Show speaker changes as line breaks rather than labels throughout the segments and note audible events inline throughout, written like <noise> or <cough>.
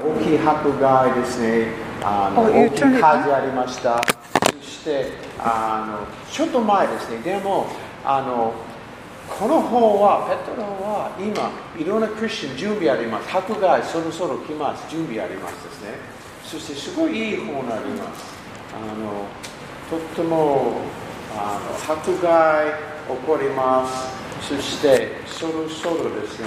大きい箱がですね、あの
Oh,
大
you
きい
turned it
数
on?
ありました。そしてあのちょっと前ですね。でもあのこの本はペトロは今いろんなクリスチャン準備あります。箱がそろそろ来ます。準備ありますですね。そしてすごいいい本あります。あのとってもあの迫害起こります。そしてそろそろですね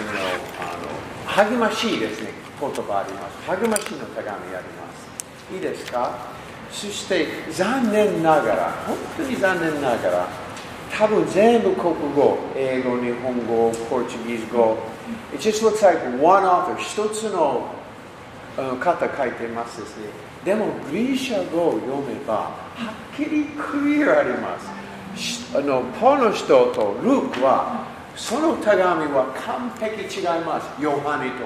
あの励ましいですね言葉あります。励ましの手紙あります。いいですか？そして残念ながら本当に残念ながら多分全部国語英語日本語ポルチギーズ語 It just looks like one author 一つのうん方書いてますですねでもグリシャ語を読めばはっきりクリアありますしあのポロの人とルークはその手紙は完璧違いますヨハネと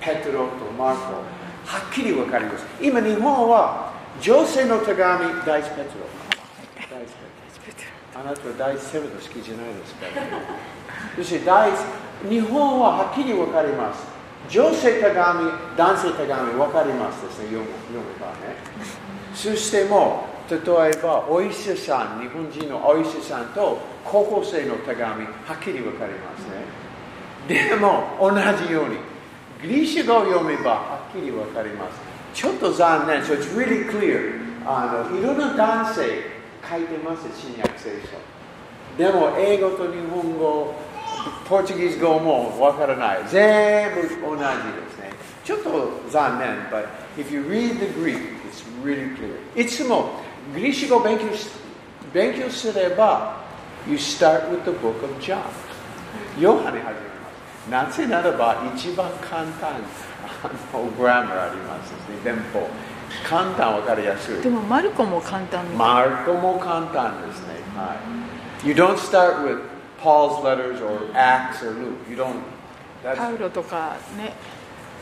ペトロとマルコはっきり分かります今日本は女性の手紙大ペトロ大ペトロあなたは大ペトロ好きじゃないですかそして第一日本ははっきり分かります。女性手紙、男性手紙分かりますですね、読む読めばね。そしてもう、例えばお医者さん、日本人のお医者さんと高校生の手紙、はっきり分かりますね。でも、同じように、グリシャ語を読めばはっきり分かります。ちょっと残念、so it's really clear。あのいろんな男性書いてます、新約聖書。でも英語と日本語、ポルチギーズ語もわからない。全部同じですね。ちょっと残念、but if you read the Greek, it's really clear. いつもグリシ語を勉強し勉強すれば、you start with the book of John. ヨハネ始めます。なぜならば一番簡単、あのグラマーありますですね、文法。簡単わかりやすい。
でもマルコも簡単みたい。
マルコも簡単ですね。はい。You don't start with Paul's letters or Acts or Luke. You don't.
パ
That's,
Um,
ウロとかね、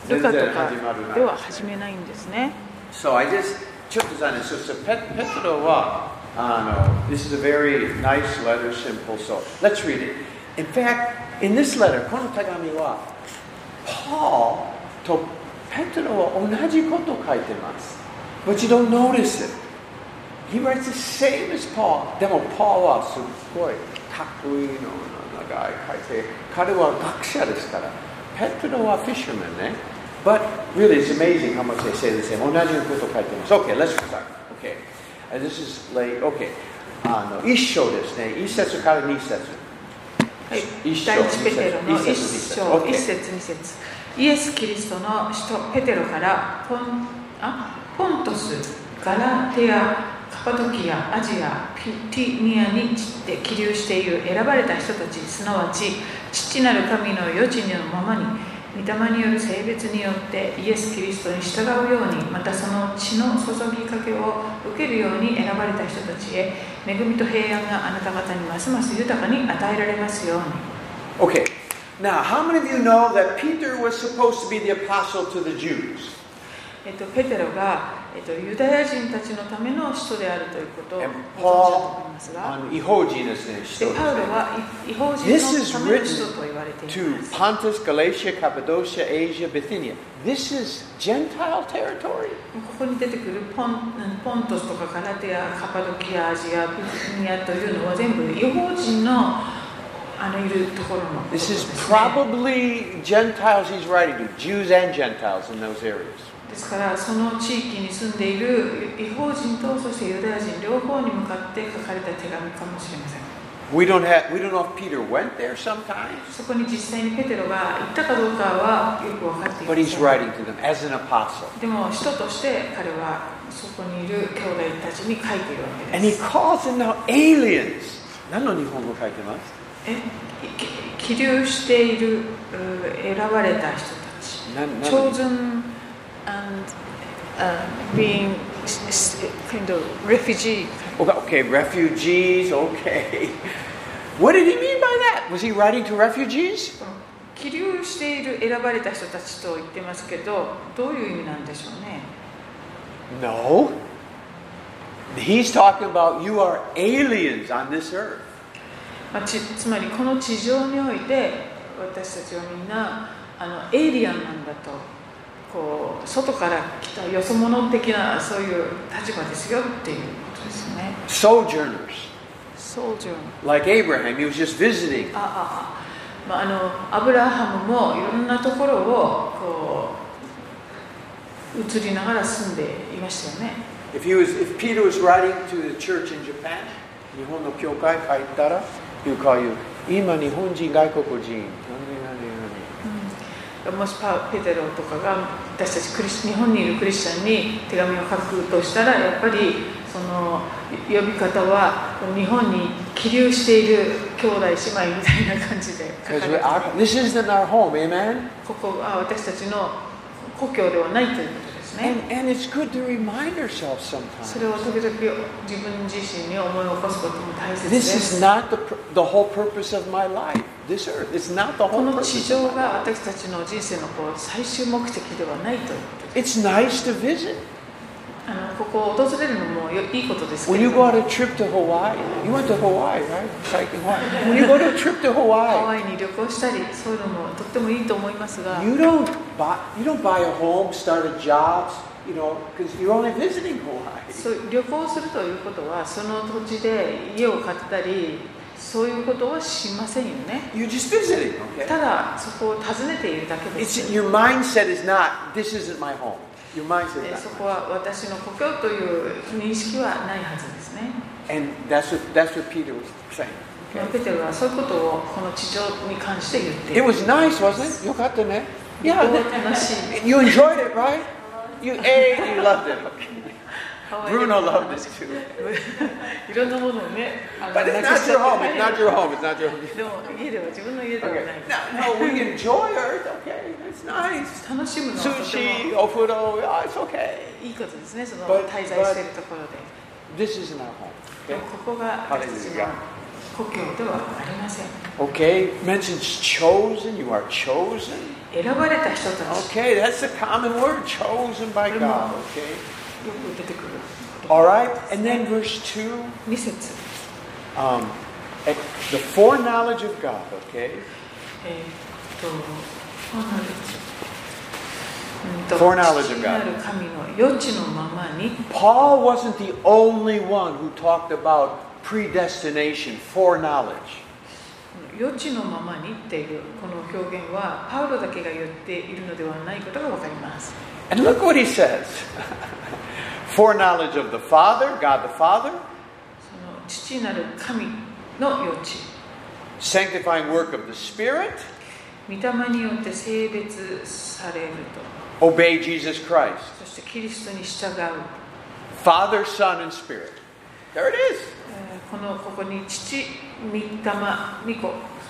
全
ルカ
然
とか
始まるな
では始めないんですね。
so I just ちょっと残念。So, so Pet, Petro はあの This is a very nice letter, simple. So let's read it. In fact, in this letter, この手紙は Paul と Petro は同じことを書いてます。But you don't notice it. He writes the same as Paul. でも Paul はすっごいかっこいいの長い書いて、彼は学者ですから。ペトロはフィッシュマンね。But really, it's amazing how much they say the same. 同じこと書いてます。Okay, let's start. Okay. And this is like, okay. あの、一章ですね。一節から二節。
はい、
一
第
章
一ペテロの一章
二節
一節二節イエス・キリストの使徒ペテロからポンあポントスガラテアカパドキアアジアピティニアに散って起立している選ばれた人たちすなわち父なる神の余地のままに御霊による性別によってイエス・キリストに従うようにまたその血の注ぎかけを受けるように選ばれた人たちへ恵みと平安があなた方にますます豊かに与えられますように。
Okay. Now, how many of you know that Peter was supposed to be the apostle to the Jews?
えっと、ペテロが、えっと、ユダヤ人たちのための使徒であるということを
And
ご存知だと
Paul,
思いますが、
on 違法人ですね。
で
人です
パウロ
ね
は違法人
This is
のための使徒と言われてい
to
ます。
Pontus, Galatia, Cappadocia, Asia, Bithynia. This is Gentile territory.
ここに出てくるポンうんポントスとかカラテア、カパドキア、アジア、ピテニアというのは全部違法人のあのいるところのことで
This
す、ね
is。probably Gentiles he's writing to, Jews and Gentiles in those areas.
ですからその地域に住んでいる違法人とそしてユダヤ人両方に向かって書かれた手紙かもしれません。
We don't have we don't know if Peter went there sometimes,
そこに実際にペテロが行ったかどうかはよく分かっていま
but
せ
he's
ん
writing to them as an apostle.
でも人として彼はそこにいる兄弟たちに書いているわけ
And he
です
calls them now aliens. 何の日本語書いてます？
えき起立しているう選ばれた人たち
な何
Chosen and uh, being s- s- kind of refugee.
Okay, Oh, okay, refugees, okay. What did he mean by that? Was he writing to refugees?
起立している選ばれた人たちと言ってますけどどういう意味なんでしょうね
No. He's talking about you are aliens on this earth.
まあ、ちつまりこの地上において私たちはみんなあのエイリアンなんだとこう外から来たよそ者的なそういう立場ですよっていうことですね。
Sojourners.
soldier.
Like Abraham, he was just visiting.
あああまあ、あのアブラハムもいろんなところをこう移りながら住んでいましたよね。
If, he was, if Peter was writing to the church in Japan, 日本の教会入ったら、he would call you, 今日本人、外国人、何々
もしパペテロとかが私たちクリス日本にいるクリスチャンに手紙を書くとしたらやっぱりその呼び方は日本に起立している兄弟姉妹みたいな感じで書かれていま
々々。Because this isn't our home, amen?
すここは私たちの故郷ではないということですね
And, and it's good to remind ourselves
そ
sometimes.
れを時々自分自身に思い起こすことも大切で
This is
す
not the, pur- the whole purpose of my life, this earth. It's not the whole
この地
purpose. of
上
my life.
が私たちの人生のこう最終目的ではないということです
It's nice to visit.
あのここを訪れるのもよいいことですけ
When
れ
you
ど
go
も
on a trip to Hawaii, you went to Hawaii, right? Hiking Hawaii. When you go to a trip to
ハ
Hawaii,
ワイに旅行したり、そういうのもとってもいいと思いますが、
you don't buy you don't buy a home, start a job, you know, because you're only visiting Hawaii.
そう旅行するということは、その土地で家を買ったり、そういうことはしませんよね。
You're just visiting, okay?
ただ、そこを訪ねているだけです
It's。your mindset is not this isn't my home. Your mindset
え
is
そ
not.
こは私の故郷という認識はないはずですね。
And that's what that's what Peter was saying.
まあ
Okay.
ペテロはそういうことをこの地上に関して言ってい
It
る。
was nice, wasn't it? Yokatane.
旅
Yeah.
行は
that-
楽しい。
You enjoyed it, right? You ate, you loved it. Okay.
ハワイで
Bruno loved it too.
いろんなものをね、あの
But it's not
ちゃ
your
っ
home. It's not your home. It's
て大変
not your home.
でも家では自分の家ではない。
Okay. No, no, we enjoy Earth. Okay, it's nice.
楽しむのはとても
Sushi, ofudo, oh, it's okay.
いいことですね、その
But-
滞在しているところで。
This isn't our home.
で
Okay.
もここが私たちの
Hallelujah.
故郷ではありません。
Okay. Mentions chosen. You are chosen.
選ばれた人たち、
Okay, that's the common word, chosen by God. Okay.
よく出てくる。
All right. And then verse two.
2節、
Um, at the foreknowledge of God. Okay.
えーっと、フォーナル
Foreknowledge
ズ。うんと、
of God.
父なる神の余地のままに、
Paul wasn't the only one who talked about predestination, foreknowledge.
余地のままにっていうこの表現は、パウロだけが言っているのではないことがわかります。
And look what he says <laughs> foreknowledge of the Father, God the Father,
その父なる神の余地。
sanctifying work of the Spirit,
御霊によって性別されると
obey Jesus Christ.
そしてキリストに従う、
Father, Son, and Spirit. There it is.
えーこのここに父御霊御子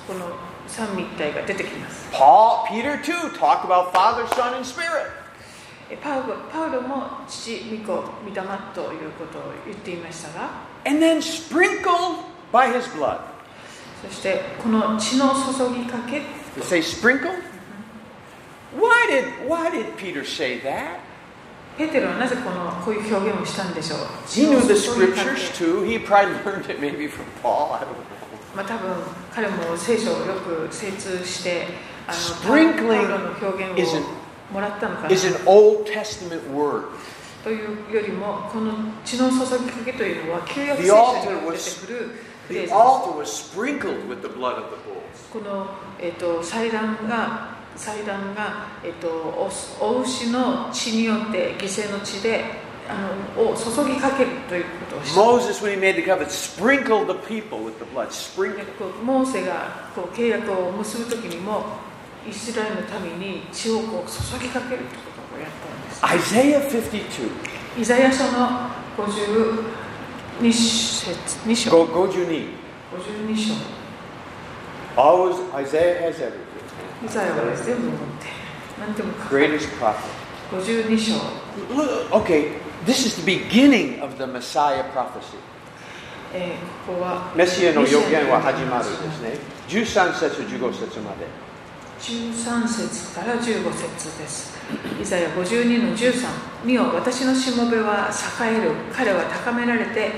この三密体が出てきます
Paul, Peter too, talked about Father, Son, and Spirit.
えパウロパウロも父御子御霊ということを言っていましたが
And then sprinkled by his blood.
そしてこの血の注ぎかけ
You say sprinkled? Why did why did Peter say that?
ペテロはなぜこのこういう表現をしたんでしょう
He knew the
血の注ぎかけ
scriptures too. He probably <laughs> learned it maybe from Paul. I don't know.
まあ、多分彼も聖書をよく精通してあのパウ
Sprinkling
ロの表現
is
を
an-
もらったのかな
Is an Old Testament word.
というよりもこの血の注ぎかけというのは旧約
The
聖書
altar
に
was-
出てくるフレー
The
ズで
altar was sprinkled with the blood of the bulls.
すこの、えっと祭壇が祭壇が、えっとおお牛の血によって犠牲の血であのを注ぎかけるということをした
Moses, when he made the covenant, sprinkled the people with the blood.
で
Sprinkled.
こうモーセがこう契約を結ぶ時にもイスラエルの民に血をこう注ぎかけるということをやったんです
Isaiah 52.
イザヤ書の52節2章
Go, go, Junie.
52章
Always Isaiah has everything.
イザヤは全部持って何でも書く
Greatest prophet.
52章
Look, okay, this is the beginning of the Messiah prophecy.
えーここは
メシエの予言は
メシ
始
エの
まるんですね。13節、15節まで。
13節から15節ですイザヤ52の13見よ私のしもべは栄える彼は高められて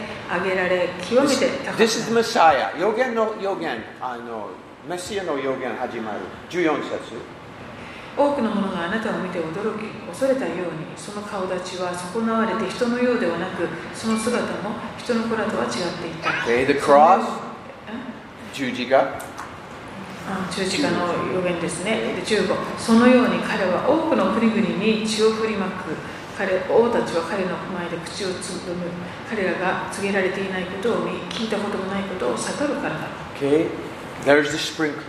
上げられ極めて高
This
く
is the
なる
Messiah. 予言の予言。あの、メシエの予言始まる。14節。
多くの者があなたを見て驚き恐れたようにその顔立ちは損なわれて人のようではなくその姿も人の子らとは違っていた
Okay, the cross,
え
十字架。
あ十字架の予言ですね。で15、そのように彼は多くの国々に血を振りまく。彼王たちは彼の前で口をつぐむ。彼らが告げられていないことを見、聞いたこともないことを悟るからだ。
Okay, there's the sprinkling.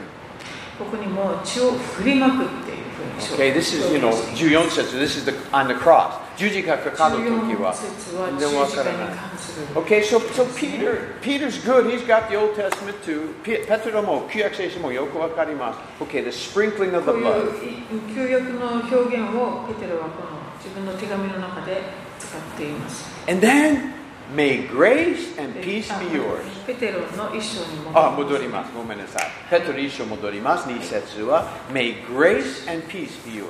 ここにも血を振りまくっていうふうに書
Okay, this is, you know, 14節 This is the, on the cross. 十字架かかる時は。
節は
全
十
然わ
字
か
架
ら
に
ない
関する。
Okay, so, so Peter, Peter's good. He's got the Old Testament too. Pe- ペテロも旧約聖書もよくわかります。Okay, the sprinkling of
こ
the
うい
blood.
う旧約の表現をペテロはこの自分の手紙の中で使っています。
And then, may grace and
で
peace
あ
be yours.
ペテロの一章に戻ります
あ、戻ります。ごめんなさい。ペトロ一緒戻ります。二節は、May grace and peace be yours.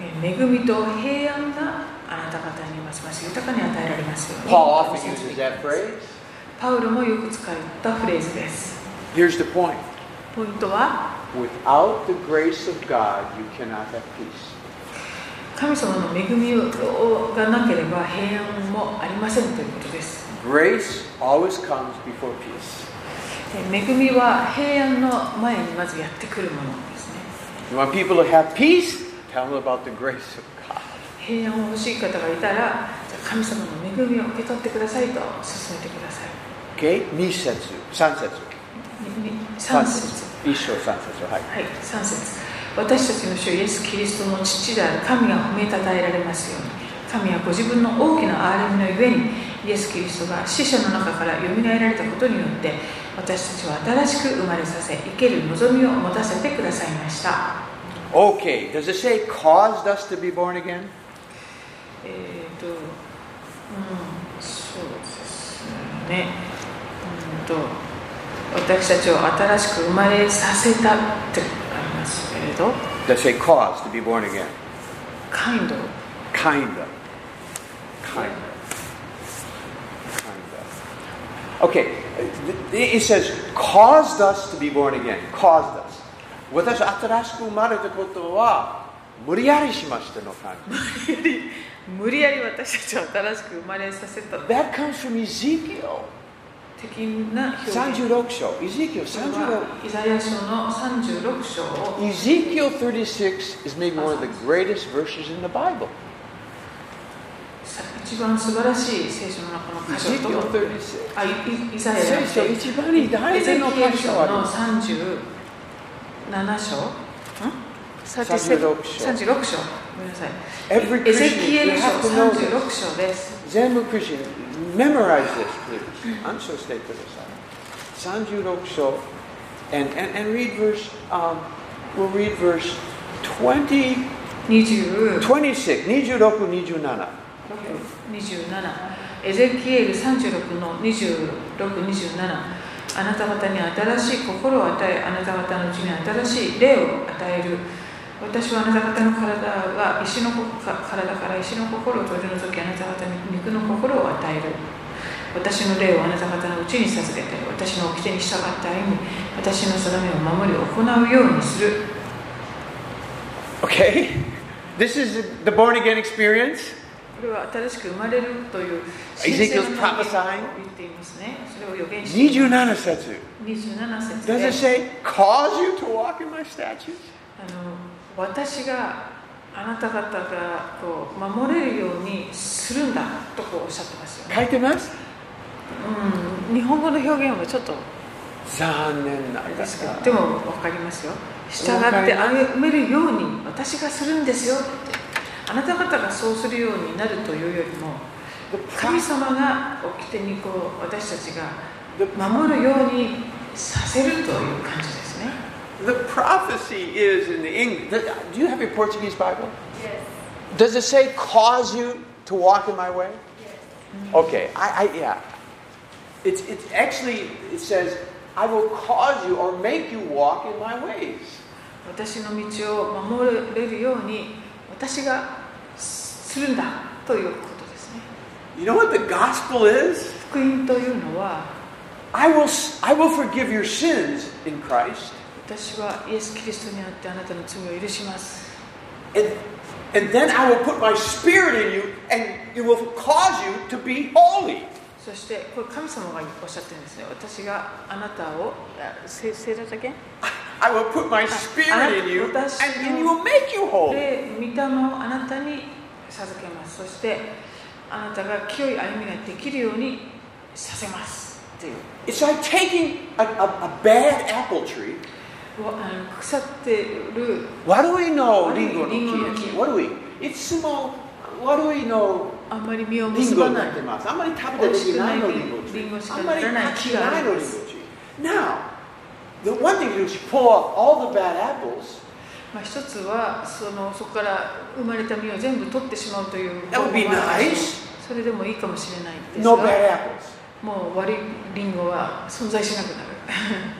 えー恵みと平安があなた方にますます豊かに与えられますように
Paul often uses that phrase.
パウロもよく使ったフレーズです
Here's the point.
ポイントは
Without the grace of God, you cannot have peace.
神様の恵みがなければ平安もありませんということです
Grace always comes before peace.
で恵みは平安の前にまずやってくるものですね
You want people to have peace? Tell them about the grace of God.
平安を欲しい方がいたらじゃあ神様の恵みを受け取ってくださいと進めてください
Okay? 二節、三節。
3節
一章三節。はい。
はい、3節私たちの主イエス・キリストの父である神が褒めたたえられますように神はご自分の大きな憐れみのゆえにイエス・キリストが死者の中からよみがえられたことによって私たちは新しく生まれさせ生ける望みを持たせてくださいました、
Okay, does it say caused us to be born again?
えーとうん、そうですね、うん、と私たちを新しく生まれさせたってありますけれど
Does it say caused to be born again?
感度
Kinda. Kinda. Kinda. Okay, it it says, caused us to be born again. Caused us. 私は新しく生まれたことは無理やりしましたの感じ。
無理やり私たちを新しく生まれさせた
That comes from Ezekiel
的な表現
36章。Ezekiel
それは
36
イザヤ書の36章を
Ezekiel 36 is maybe one of the greatest verses in the Bible.
さ一番素晴らしい聖書の中の箇所
Ezekiel
と
36.
あイイイザヤじゃな
聖書
くて
一番に大
エゼ
事
キ
な
エル
箇
書
所はあり
の
ます。
37章
36章
36章ごめんなさい
Every
エゼキエ
Christian,
ル
you
書
have to know this.
36章です
全部クリスチャン memorize this, please. 暗唱してください。36章。And, and, and read verse, um, we'll read verse 20,
20
26, 26, 27.
27エゼキエル36の2627あなた方に新しい心を与えあなた方のうちに新しい霊を与える私はあなた方の体が石のこか体から石の心を取り除きあなた方に肉の心を与える私の霊をあなた方のうちに授けて私の掟に従って歩み私の定めを守り行うようにする
Okay? This is the born again experience.
これは新しく生まれるという神
Ezekiel's
聖な宣言を言っていますねそれを予言しています
27節。
27節
Does it
で
say, cause you to walk in my statutes?
あの私があなた方がこう守れるようにするんだとこうおっしゃってますよね、
書いてます
うん日本語の表現はちょっと
残念なが
あれ
ら
ですけどでも分かりますよ従
わか
っ
り
て
ま
歩めるように私がするんですよってあなた方がそうするようになるというよりも
The
神
pro-
様が掟にこう私たちが
the
守るようにさせるという感じですね
The prophecy is in the English. Do you have your Portuguese Bible? Yes. Does it say cause you to walk in my way? Yes. Okay. I, I yeah. It's it's actually it says I will cause you or make you walk in my ways.
私の道を守れるように私がするんだということですね
You know what the gospel is?
福音というのは
I will s- I will forgive your sins in Christ.
私はイエス・キリストにあってあなたの罪を許します。
And, and then I will put my spirit in you, and it will cause you to be holy.
そして、これ神様がおっしゃってるんですね。私があなたを、あせせだったっけ
I will put my spirit in you, and, and He will make you holy.
で、御霊をあなたに授けます。そして、あなたが清い歩みができるようにさせます。っていう。
It's like taking a, a, a bad apple tree.
わあの腐ってる
What do we know?
What do we-
Ringo no
Ringo no
ki-
ki-
What do we? It's small. What do we know?
あんまり実を結
Ringo
ばない
no I might have the Ringo no ringo tree. I might have the ringo no tree. Now, the one thing you do is you pull off all the bad apples.
まあ、一つはそのそこから生まれた実を全部取ってしまうという
That would be
方法がある
nice.
それでもいいかもしれないです
No
が
bad apples.
もう悪いリンゴは存在しなくなる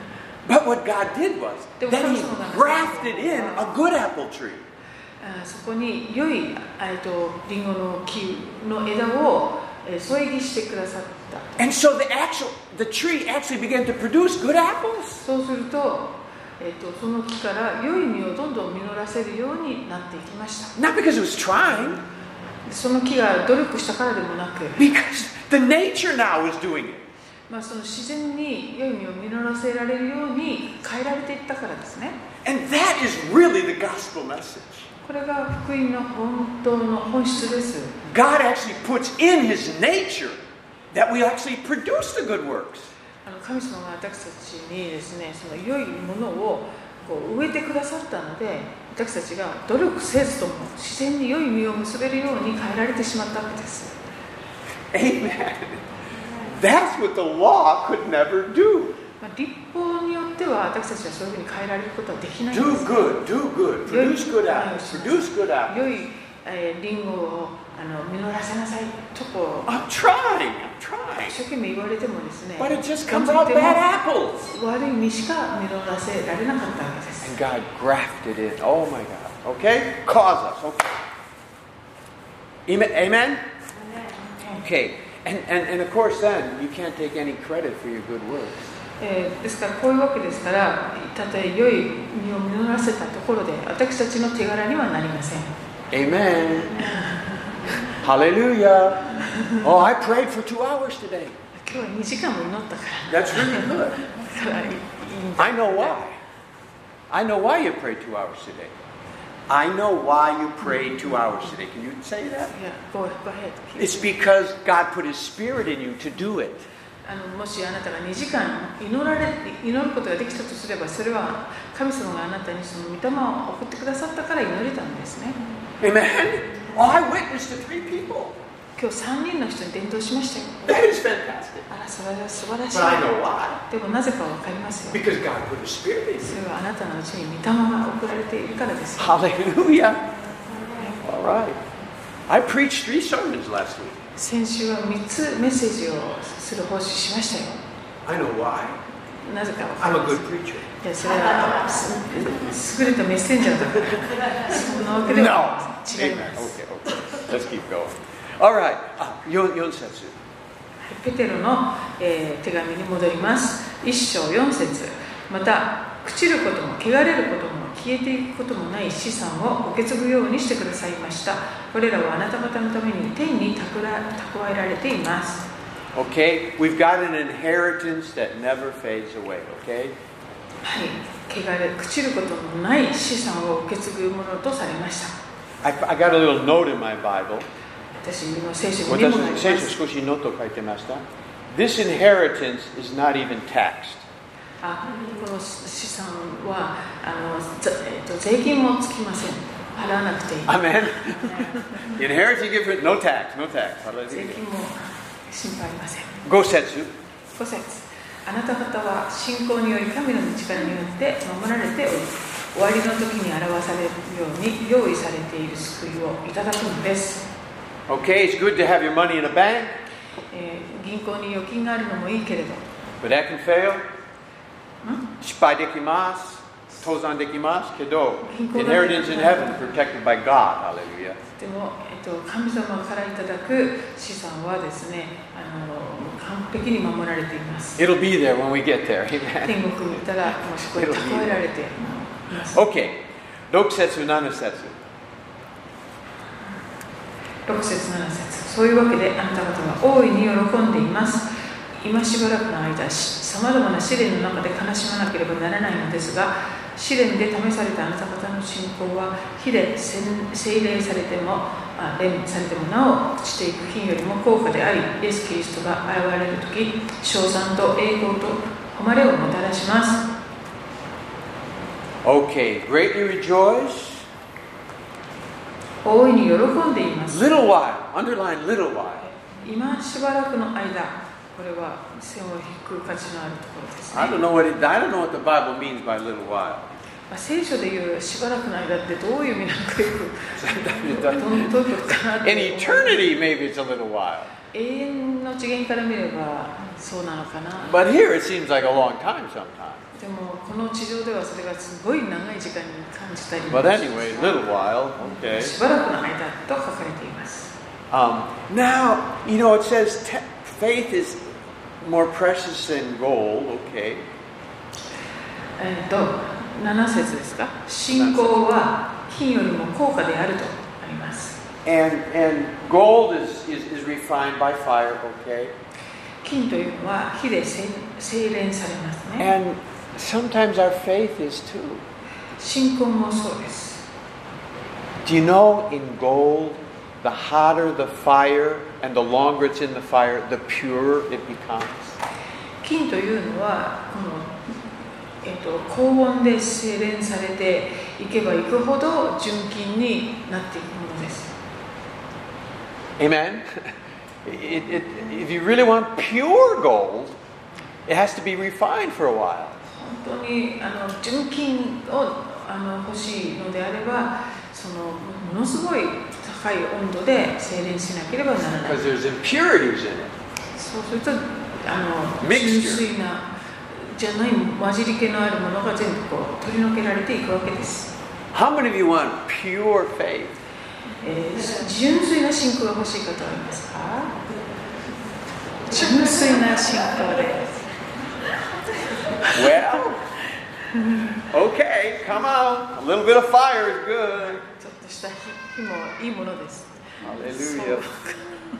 <laughs>
But what God did was,
The
then He
first one.
grafted in a good apple tree.
あそこに良いえっとリンゴの木の枝をえー添え木してくださった
And so the actual the tree actually began to produce good apples.
そうするとえっとその木から良い実をどんどん実らせるようになっていきました
Not because it was trying,
その木が努力したからでもなく
because the nature now was doing it.
まあ、その自然に良い実を実らせられるように変えられていったからですね
And that is really the gospel message.
これが福音の本当の本質です
God actually puts in his nature that we actually produce the good works. <laughs>
あの神様が私たちにですねその良いものをこう植えてくださったので私たちが努力せずとも自然に良い実を結べるように変えられてしまったわけです
Amen. That's what the law could never do.
まあ、立法によっては私たちはそういうふうに変えられることはできないんで
Do
す
good, do good, produce good apples, produce good apples.
良い、えーリンゴをあの実らせなさいとこう
I'm trying, I'm trying.
一生懸命言われてもですね
But it just comes out bad apples.
悪い実しか実らせられなかったわけです
And God grafted it. Oh my God. Okay? Cause us. Okay. Amen- Amen? Okay. And, and, and of course, then, you can't take any credit for your good works.
えーですからこういうわけですからたとえ良い実を実らせたところで私たちの手柄にはなりません
Amen. Hallelujah. Oh, I prayed for two hours today.
今日は2時間も祈ったか
That's really good.
ら <laughs> だからいい
I know why. I know why you prayed two hours today. I know why you prayed two hours today. Can you say that?
いやごごへ
It's because God put His Spirit in you to do it.
あのもしあなたが2時間祈られ祈ることができたとすればそれは神様があなたにその御霊を送ってくださったから祈れたんですね
Amen. Oh, I witnessed to three people.
今日3人の人に伝道しましたよ
That is fantastic.
あらそれは素晴らし
But I know
い
why.
でもなぜかわかりますよ
Because God put His Spirit in you.
それはあなたのうちに御霊が送られているからですよ
Hallelujah. All right. I preached three sermons last week.
先週は3つメッセージをする奉仕しました
I
よ
know why.
なぜかわかり
I'm a
ま
good preacher.
すいやそれはす優れたメッセンジャーだからそんなわけでは違い
Amen.
ます
Okay, okay. Let's keep going. All right. Uh, Yon, Yon Setsu.
ペテロの、えー手紙に戻ります1章4節また朽ちることも汚れることも消えていくこともない資産を受け継ぐようにしてくださいましたこれらはあなた方のために天に蓄え蓄えられています
Okay, we've got an inheritance that never fades away, okay?
はい、汚れ朽ちることのない資産を受け継ぐものとされました
I, I got a little note in my Bible.
私の聖書にメモがあります
私の聖書、少しノートを書いてました。This inheritance is not even taxed.
あこの資産はあの、ざえっと税金もつきません払わなくていい
Amen. the inheritance you give, for- no tax, no tax.
税
Hallelujah.
金も心配ありません
Gosetsu.
5節あなた方は信仰により神の力によって守られており終わりの時に表されるように用意されている救いをいただくのです、
Okay, it's good to have your money in a bank,
えー銀行に預金があるのもいいけれど
but that can fail. Spaidekimas.
失
登山できますけど、
銀行
The
が
inheritance in heaven protected by God. Hallelujah.
でも、えっと、神様からいただく資産はですねあの完璧に守られています
It'll be there when we get there. <laughs> Amen.
天国に行ったらもうそこに蓄えられています
Okay. 6節7節
6節7節そういうわけであなた方は大いに喜んでいます今しばらくの間さまざまな試練の中で悲しまなければならないのですが試練で試されたあなた方の信仰は火で洗聖霊されてもあ錬されてもなお朽ちていく金よりも高価でありイエス・キリストが現れる時称賛と栄光と誉れをもたらします
Okay. Greatly rejoice.
大いに喜んでいます
Little while. Underline little while.
今しばらくの間これは線を引く価値のあるところですね
I don't know what it, I don't know what the Bible means by little while. <laughs>
まあ、聖書でいうしばらくの間ってどういう意味なのかよ
Sometimes
くどんどういうことかなっ
In
て思う
eternity, maybe it's a little while.
永遠の次元から見ればそうなのかな
But here it seems like a long time sometimes.
でもこの地上ではそれがすごい長い時間に感じたり
But anyway, little while. Okay.
しばらくの間と書かれています
Um, now, you know, it says te- faith is more precious than gold. Okay.
えっ、と7節ですか信仰は金よりも高価であるとあります
And, and gold is, is, is refined by fire. Okay.
金というのは火で精精錬されますね
And sometimes our faith is too.
信仰もそうです
Do you know in gold, the hotter the fire and the longer it's in the fire, the purer it becomes?
金というのはこの、えっと、高温で精錬されていけばいくほど純金になっていくものです
Amen? <laughs> It, it, if you really want pure gold, it has to be refined for a while.
本当にあの純金をあの欲しいのであればそのものすごい高い温度で精錬しなければならない
Because there's impurities in it.
そうするとあの
Mixture
純粋なじゃない混じり気のあるものが全部こう取り除けられていくわけです、
How many of you want pure faith?
えー純粋な信仰が欲しい方はいますか純粋な信仰で
Well, okay, come on. A little bit of fire is good.
ちょっとした火もいいものです
Hallelujah.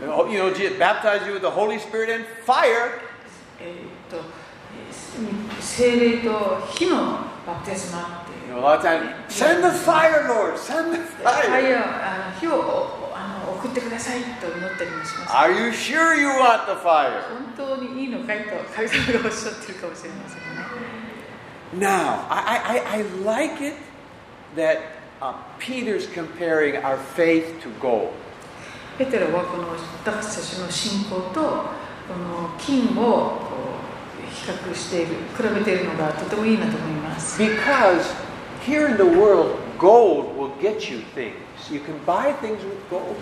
Oh, You know, Jesus baptized you with the Holy Spirit and fire.
えーっとえー精霊と火のバプテスマってい
You
う
know, a lot of times, send the fire, Lord, send the
はい
fire.
あの火をおあの送ってくださいと祈ったりもします
Are you sure you want the fire?
本当にいいのかいと神様がおっしゃってるかもしれませんね
Now, I, I, I- I like it that uh, Peter's comparing our faith to gold.
ペテロはこの私たちの信仰とこの金をこう比較している比べているのがとてもいいなと思います
Because here in the world, gold will get you things. You can buy things with gold.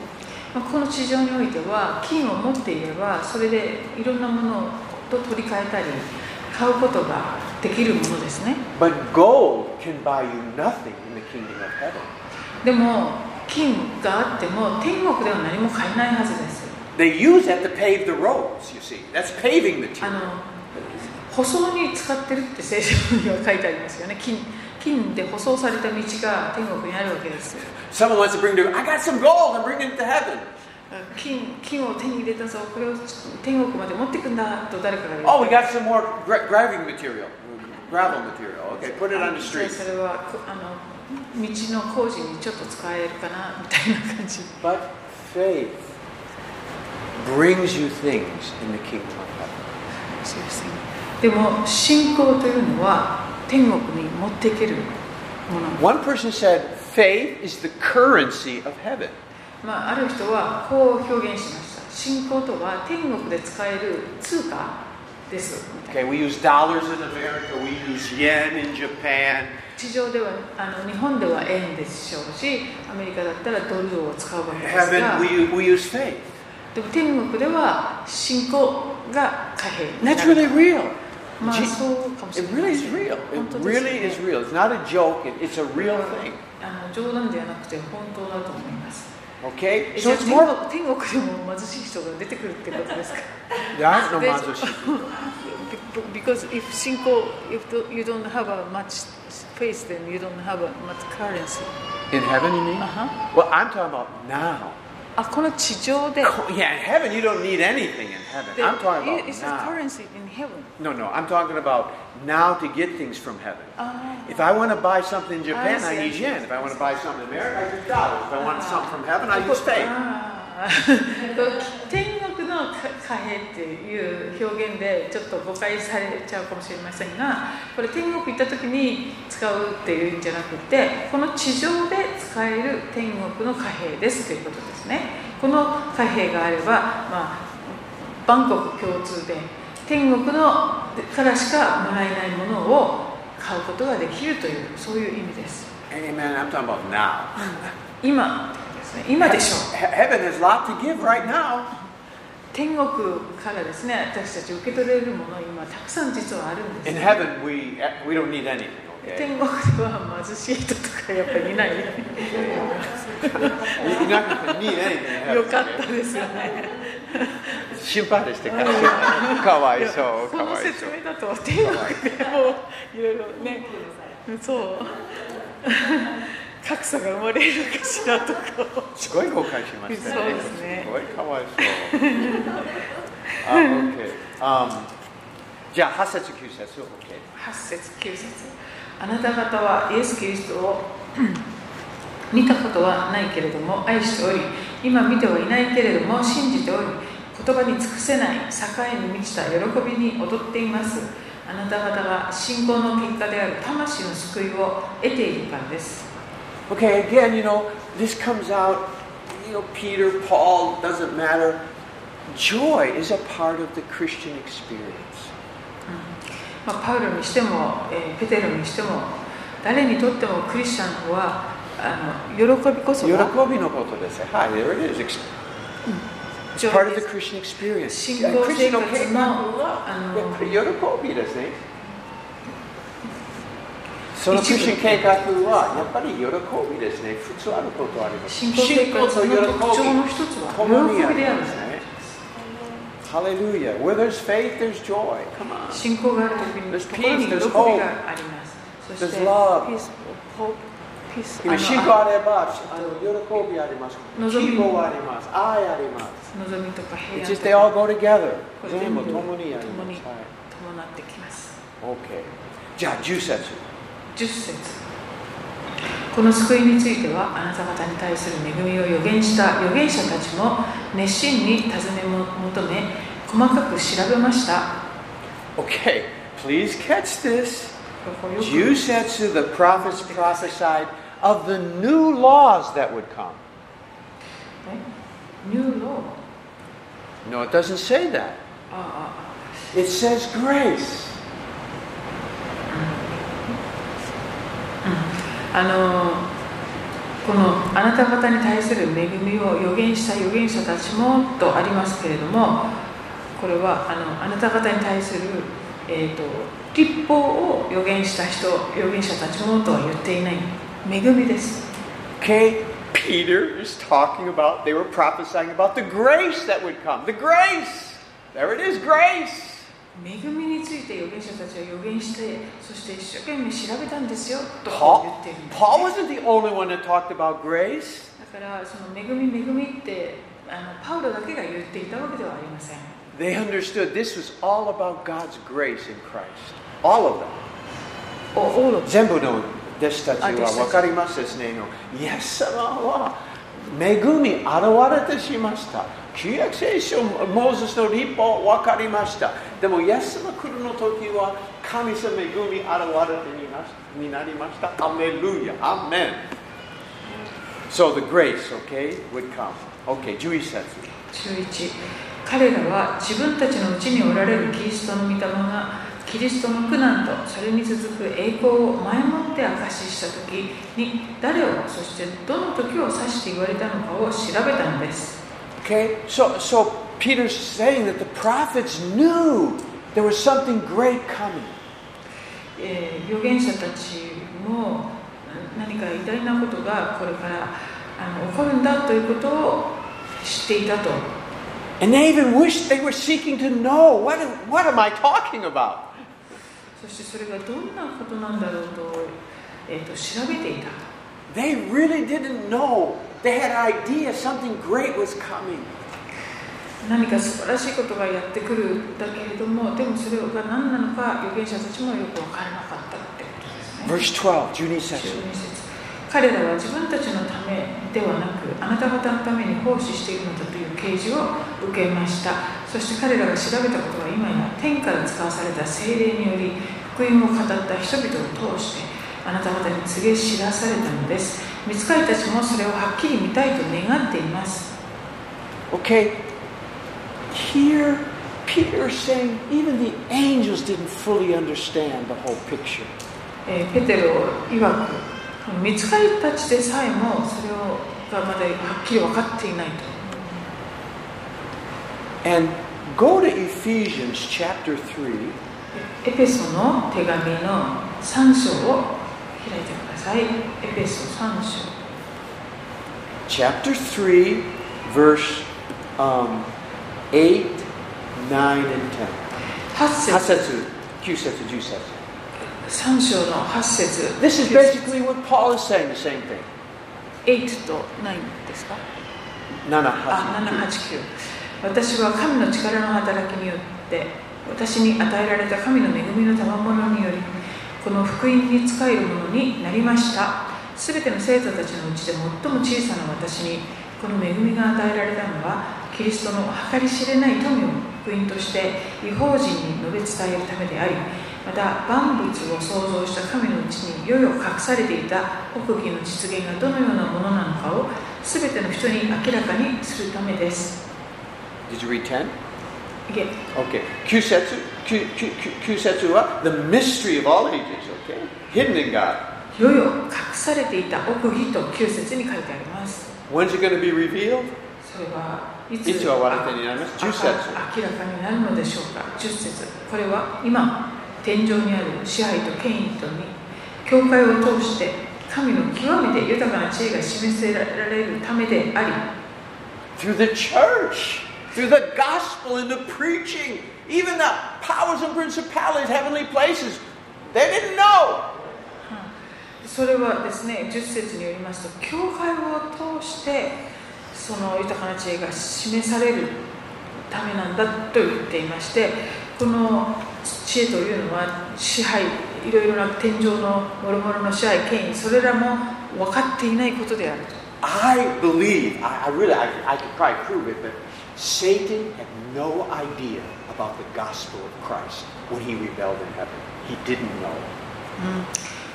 まあこの地上においては金を持っていればそれでいろんなものと取り替えたり買うことができるものですね
But gold can buy you nothing in the kingdom of heaven.
でも金があっても天国では何も買えないはずです
They use that to pave the roads, you see. That's paving the
あ
terrain.
の舗装に使ってるって聖書には書いてありますよね金金で舗装された道が天国にあるわけです
Someone wants to bring to, I got some gold, I'm bringing it to heaven.
金金を手に入れたぞこれを天国まで持ってくんだと誰かが言う
Oh, we got some more gra- driving material, gravel material. Okay, put it on the
じゃあ
street.
それはこあの道の工事にちょっと使えるかなみたいな感じ
But faith brings you things in the kingdom of heaven.
でも信仰というのは天国に持っていけるもの、
One person said, faith is the currency of heaven.
まあ、ある人はこう表現しました信仰とは天国で使える通貨ですみたい
Okay,
な
we use dollars in America, we use yen in Japan.
地上ではあの日本では円でしょうしアメリカだったらドルを使うわけです
Heaven,
が
we, we use faith.
でも天国では信仰が貨幣
And that's really real.
まあ
Je-
そうかもしれ
It
ない
really is real. It
本当ですね
really is real. It's not a joke. It, it's a real thing.
あの冗談ではなくて本当だと思います
Okay?
え
So
じゃあ
it's more
天国天国でも貧しい人が出てくるってことですか
That's no
There's-
mazushi.
Be- be- <laughs> Because if shinko, if do- you don't have a much faith, then you don't have a much currency.
<laughs> In heaven, you mean?
あは
Well, I'm talking about now.
あこの地上で。
Oh, yeah, in heaven, you don't need anything in heaven.
the-
I'm talking about
it's a
now.
currency in heaven.
No, no, I'm talking about now to get things from heaven.
あ
If I want to buy something in Japan,
see, Ah.
I,
I
use
see.
yen. If I want to buy something in America, I use dollars. If I want something from heaven, I use faith.
ああ天国の貨貨幣っていう表現でちょっと誤解されちゃうかもしれませんがこれ天国行った時に使うっていうんじゃなくてこの地上で使える天国の貨幣ですということですねこの貨幣があれば、まあ、万国共通で天国のからしかもらえないものを買うことができるというそういう意味です
Amen. I'm talking about now.
<laughs>
今ですね今でしょう
He- heaven has a lot to give right now.
天国からですね私たち受け取れるもの今たくさん実はあるんで
In
す
heaven, we we don't need anything.
天
Okay.
国では貧しい人とかやっぱり
<laughs>
いない
You- You're not going to need
<laughs>
anything. In
よ
heaven,
かったですよね
<laughs>
<laughs>
心配してから心配そう
この説明だと天国でもういろいろねそう <laughs> 格差が生まれるかしらとかそうですね。
すごい誤解しましたね。すごいかわいそう。あ、OK。Um, じゃあ、8節、9節、OK。
8節9節あなた方はイエス・キリストを見たことはないけれども愛しており今見てはいないけれども信じており言葉に尽くせない栄に満ちた喜びに踊っていますあなた方が信仰の結果である魂の救いを得ているからです
Okay, again, you know, this comes out, you know, Peter, Paul, doesn't matter. Joy is a part of the Christian experience.
まあ、パウロにしても、えーペテロにしても誰にとってもクリスチャンはあの喜びこそが
喜びのことです。Hi, there it is. Ex- It's
ジョイ
part of
で
the
す
Christian experience.
信仰生活のあの
<laughs> 喜びですね。その
一
中
部
心計画はやっぱり喜びですね。普通あることはあります。
信仰生活
信
の特徴の
喜
一つ
び共
は
にあ
喜び
り
である
ますね。Hallelujah. Where there's faith, there's joy. Come on.
信仰があるときに
There's
心に
peace,
喜
there's
び
hope.
がありますそして
There's love.
ー、ピース、ホーピース。
今
の
信仰あればあの喜びあります。
望み
希望あります。愛あります。
望みとか
It's
平安
just
と
they all go
か
together.
これ
全
全
部
部
共にありま
共に
す。はい
伴ってきます
OK。じゃあ、10節。
10節この救いについてはあなた方に対する恵みを予言した預言者たちも熱心に尋ね求め細かく調べました
OK。Please catch this.
これよく
You said to the prophets prophesied of the new laws that would come.
えニューロー
No, it doesn't say that.
ああ
It says grace.
あのこのあなた方に対する恵みを予言した預言者たちもとありますけれどもこれはあのあなた方に対する、えー、と立法を予言した人預言者たちもとは言っていない恵みです
Okay, Peter is talking about, they were prophesying about the grace that would come. The grace! There it is, grace!
恵みについて預言者たちは予言してそして一生懸命調べたんですよと言
Paul,
っているんです
Paul wasn't the only one that talked about grace.
だからその恵み恵みってあのパウロだけが言っていたわけではありません
They understood this was all about God's grace in Christ. All of them.
おオーロ
全部の弟子たちは
あ弟子たち
分かりますですねのイエス様は恵み現れてしました旧約聖書モーゼスの立法分かりましたでもイエス様来るの時は神様恵み現れてになになりましたアメルヤアーメン So the grace, okay, would come. Okay, 11節。
11彼らは自分たちのうちにおられるキリストの御霊がキリストの苦難とそれに続く栄光を前もって証しした時に誰をそしてどの時を指して言われたのかを調べたのです
Okay, so, so Peter's saying that the prophets knew There was something great coming.
えー預言者たちもうん何か偉大なことがこれからあの起こるんだということを知っていたと
And they even wished they were seeking to know what, what am I talking about?
そしてそれがどんなことなんだろうと,、えーと調べていた
They really didn't know. They had an idea something great was coming.
何か素晴らしいことがやってくるんだけれどもでもそれが何なのか預言者たちもよく分からなかったってことですね
Verse 12, Junie
12
says,
節彼らは自分たちのためではなくあなた方のために奉仕しているのだという啓示を受けましたそして彼らが調べたことは今や天から使わされた聖霊により福音を語った人々を通してあなた方に告げ知らされたのです見つかりたちもそれをはっきり見たいと願っています
Okay, here Peter is saying even the angels didn't fully understand the whole picture.
えーペテロ曰く見つかりたちでさえもそれをがまだはっきり分かっていないと
And go to Ephesians chapter 3,
エペソの手紙の3章を開いてくださいエペソ3章
chapter 3, verse um, 8, 9, and 10.
8節
Hasetsu, Kyusetsu, Jusetsu.
3章の8節
This is basically what Paul is saying, the same thing.
8と9ですか
Nana
あ
hasetsu.
789私は神の力の働きによって私に与えられた神の恵みの賜物によりこの福音に仕えるものになりましたすべての生徒たちのうちで最も小さな私にこの恵みが与えられたのはキリストの計り知れない富を福音として違法人に述べ伝えるためでありまた万物を創造した神のうちにいよいよ隠されていた奥義の実現がどのようなものなのかをすべての人に明らかにするためです。
Did you read 10?
いえ
Okay. Kyusetsu, Kyu- Kyu- Kyu- Kyusetsu wa the mystery of all ages, okay? Hidden in God.
いよいよ隠されていた奥義と9節に書いてあります。
When's it going to be revealed?
それはいつ
いつ終わるかになります
あ
10節
あ明らかになるのでしょうか10節これは今天井にある支配と権威とに教会を通して神の極めて豊かな知恵が示せられるためであり
Through the church, through the gospel and the preaching, even the powers and principalities, heavenly places. They didn't know.
それはですね10節によりますと教会を通してその豊かな知恵が示されるためなんだと言っていましてこの知恵というのは支配いろいろな天井のもろもろの支配権威それらも分かっていないことであると
I believe, I, I really, I, I could probably prove it, but Satan had no idea about the gospel of Christ when he rebelled in heaven. He didn't know.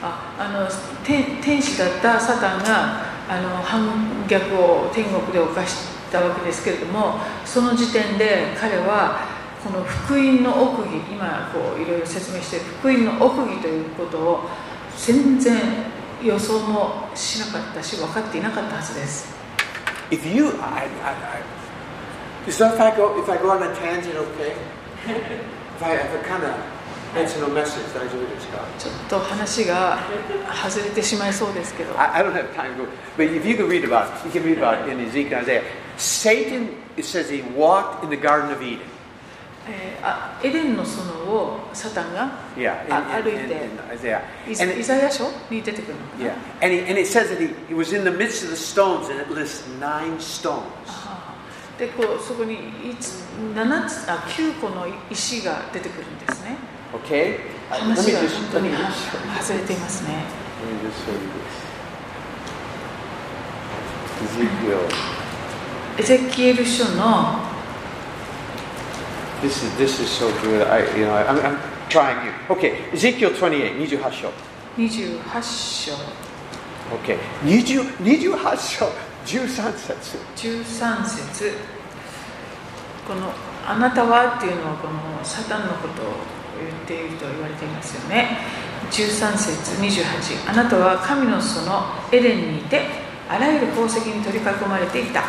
ああの天天使だったサタンがあの反逆を天国で犯したわけですけれどもその時点で彼はこの福音の奥義今こういろいろ説明している福音の奥義ということを全然予想もしなかったし分かっていなかったはずです
If you, I, I, I is that if I go, if I go on a tangent, okay? if I, if I kind of answer no message, that's what it's called.
ちょっと話が外れてしまいそうですけど
I, I don't have time to go, but if you can read about it, you can read about it in Ezekiel and Isaiah. Satan, it says he walked in the Garden of Eden.
えーあエデンの園をサタンが
Yeah, in,
Ah,
in, in,
Arute.
in Isaiah.
イ
And
イ
it,
ザヤ書に出てくるのかな
yeah, and, he, and it says that he, he was in the midst of the stones, and it lists nine stones.
でこうそこにいつ7つあ9個の石が出てくるんですね。
Okay, Uh, let me
話が本
just
当
let
に
me just show you.
外れていますね。
Let me just show you this. Ezekiel.
エゼキエル書の
This is this is so good. I you know I, am I'm trying here. Okay, Ezekiel 28, 28章。
28章
Okay, 20 28章13節。
13節この「あなたは」っていうのはこのサタンのことを言っていると言われていますよね13節28あなたは神のそのエデンにいてあらゆる宝石に取り囲まれていた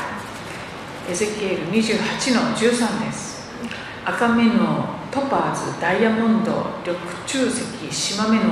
エゼキエル28の13です赤目のトパーズ、ダイヤモンド、緑中石、島目の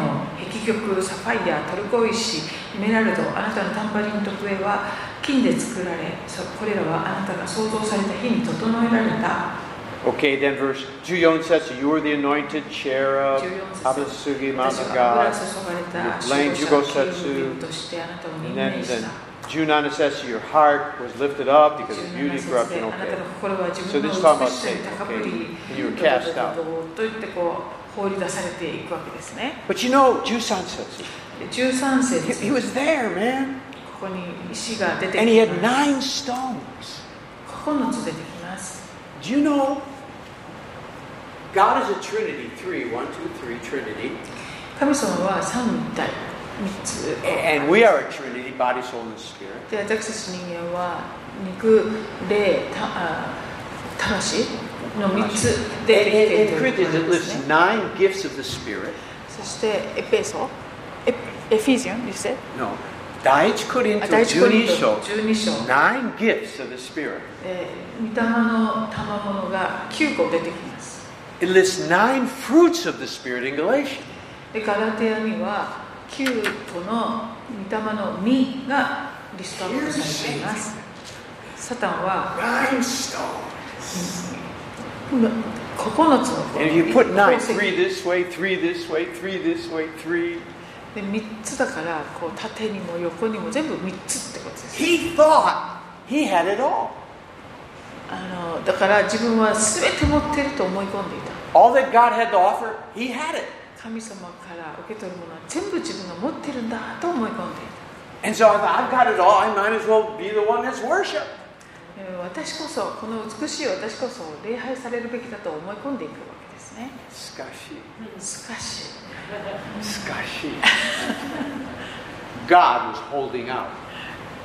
壁玉、サファイア、トルコ石、エメラルド、あなたのタンバリンと笛は金で作られ、そこれらはあなたが創造された日に整えられた。
Okay, then verse 14 says, You were the anointed cherub,
14節
Abasugi
私は油
Mamaga.
注がれた
Lame
指導者キーブとしてあなたを任
And
命
then,
し
then
た。
19 says, Your heart was lifted up because of
17
beauty,
節
corruption.
であなた
Okay.
の心は自
So
分
this
の
is talking
美
about
しさに
Satan,
高ぶ
okay?
り、
You were cast
ド
out.
ドドドドドといってこう放り出されていくわけですね。
But you know, Jusan says,
で13
he,
節
he was there, man.
ここに石が出て
And he
き
had
ます。
nine stones.
9つ出てきます。
Do you know? God is a Trinity, three, one, two, three, Trinity.
神様は三体、三つ。
And we are a Trinity, body, soul, and spirit.
で私たち人間は肉、霊、たあ魂の三つ
And,
でできてい
and,
る
and
という
Corinthians, it
ことなんですね
lists。nine gifts of the Spirit.
そしてエペソエエフィジオン、you said?
No. 第
あ第
一
一コリント
コリント12章
12章。
Nine gifts of the Spirit.
えー、御霊の賜物が9個出てきます
It lists nine fruits of the Spirit in Galatians.
でガラテヤには9個の御霊の実がリストアップされていますサタンは
Nine stones.
9つの
And if you put
宝
nine,
石
three this way, three this way, three this way, three.
で3つだからこう縦にも横にも全部3つってことです
He thought he had it all.
あのだから自分は全て持ってると思い込んでいた
All that God had to offer, he had it.
神様から受け取るものは全部自分が持ってるんだと思い込んでいた
And so I thought, I've got it all. I might as well be the one that's worshiped.
えー私こそこの美しい私こそ礼拝されるべきだと思い込んでいくわけですね
Skashi.
しかし
Skashi. <laughs> God was holding out.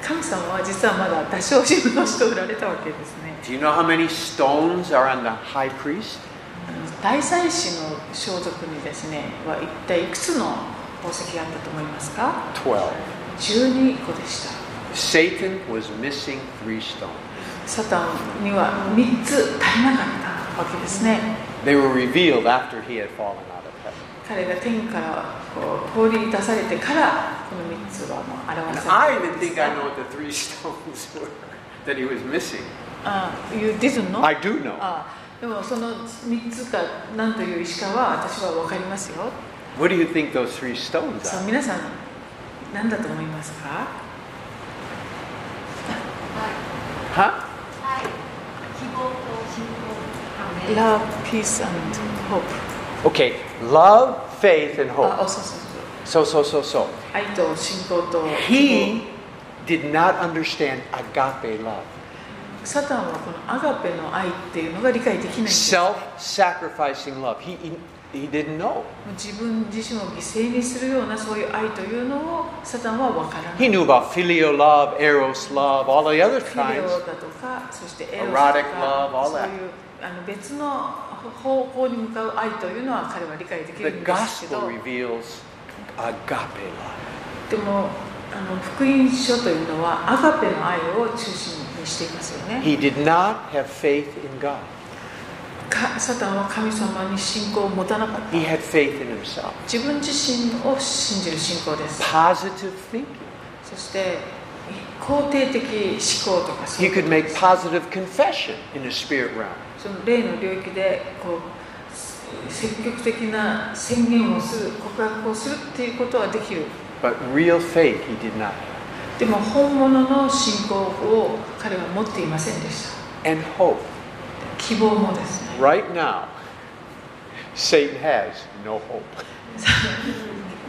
神様は実はまだ出し惜しみの人売られたわけですね
Do you know how many stones are on the high priest?
あの大祭司の装束にですねは一体いくつの宝石があったと思いますか
Twelve.
12個でした
Satan was missing three stones.
サタンには3つ足りなかったわけですね
They were revealed after he had fallen out of heaven.
彼が天からこう放り出されてからこの3つはもう表
And
さ
I
れた
even
んです
think
が
I know what the three <laughs> stones were that he was missing.
ああ You didn't know?
I do know.
ああでもその3つか何という石かは私は分かりますよ
What do you think those three stones
そう
are?
皆さん何だと思いますか
Huh?
はい。希望と信仰。アーメン
Love, peace and hope
Okay, love, faith, and
あ
hope.
あそうそうそう
So, so, so, so.
愛と信仰と
He did not understand agape love,
サタンはこのアガペの愛っていうのが理解できないんです
self sacrificing love. He, he, he didn't know.
自分自身を犠牲にするようなそういう愛というのをサタンは分からない
He knew
フ
about filial love, eros love, all the other
ィレオ
kinds.
だとかそしてエロスと
Erotic love,
か
all
そう
that.
いうあの別の方向に向かう愛というのは彼は理解でき
The
るんですけ
gospel
ど
reveals agape love.
でもあの福音書というのはアガペの愛を中心にしていますよね
He did not have faith in God.
かサタンは神様に信仰を持たなかった
He had faith in himself.
自分自身を信じる信仰です
Positive thinking.
そして肯定的思考とかそ
He
ういう
could
ことで
make
す
positive confession in the spirit realm.
その霊の領域でこうす積極的な宣言をする告白をするっていうことはできる
But real faith he did not have.
でも本物の信仰を彼は持っていませんでした
And hope.
希望もですね
Right now, Satan has no hope.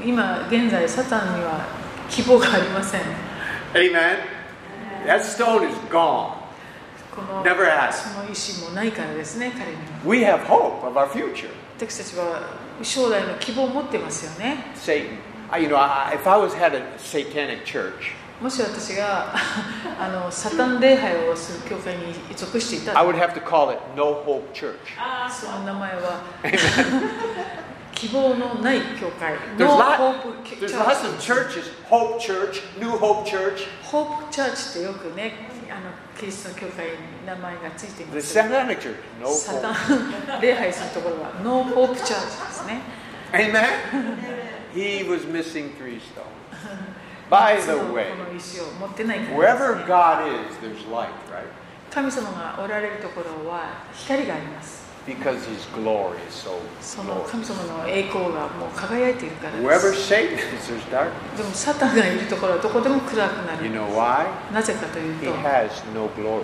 今現在サタンには希望がありません
Amen. That stone is gone.
この
Never has.
その意志もないからですね彼には
We have hope of our future.
私たちは将来の希望を持ってますよね
Satan. I, you know, I, if I was had a satanic church,
もし私があのサタン礼拝をする教会に属していた
I
ら
would have to call it No Hope Church.
その名前は。希望のない教会
<laughs> There's,
No
lot,
Hope Church
there's lots of churches Hope Church, New Hope Church.
ホープチャーチってよくねあのキリスト教会に名前がついていま
The
す
Satanic Church, no
サ
hope.
タン礼拝するところはノーホープチャーチですね
Amen? He was missing three stones. By
三つ
the
のこ
way,
の石を持ってないからです
wherever
ね
God is, there's light, right?
神様がおられるところは光があります
Because His glory is so
その
glorious.
神様の栄光がもう輝いているからで
Wherever
す
Satan is, there's darkness.
でもサタンがいるところはどこでも暗くな
You
る
know why?
なぜかという
He
と
has no glory.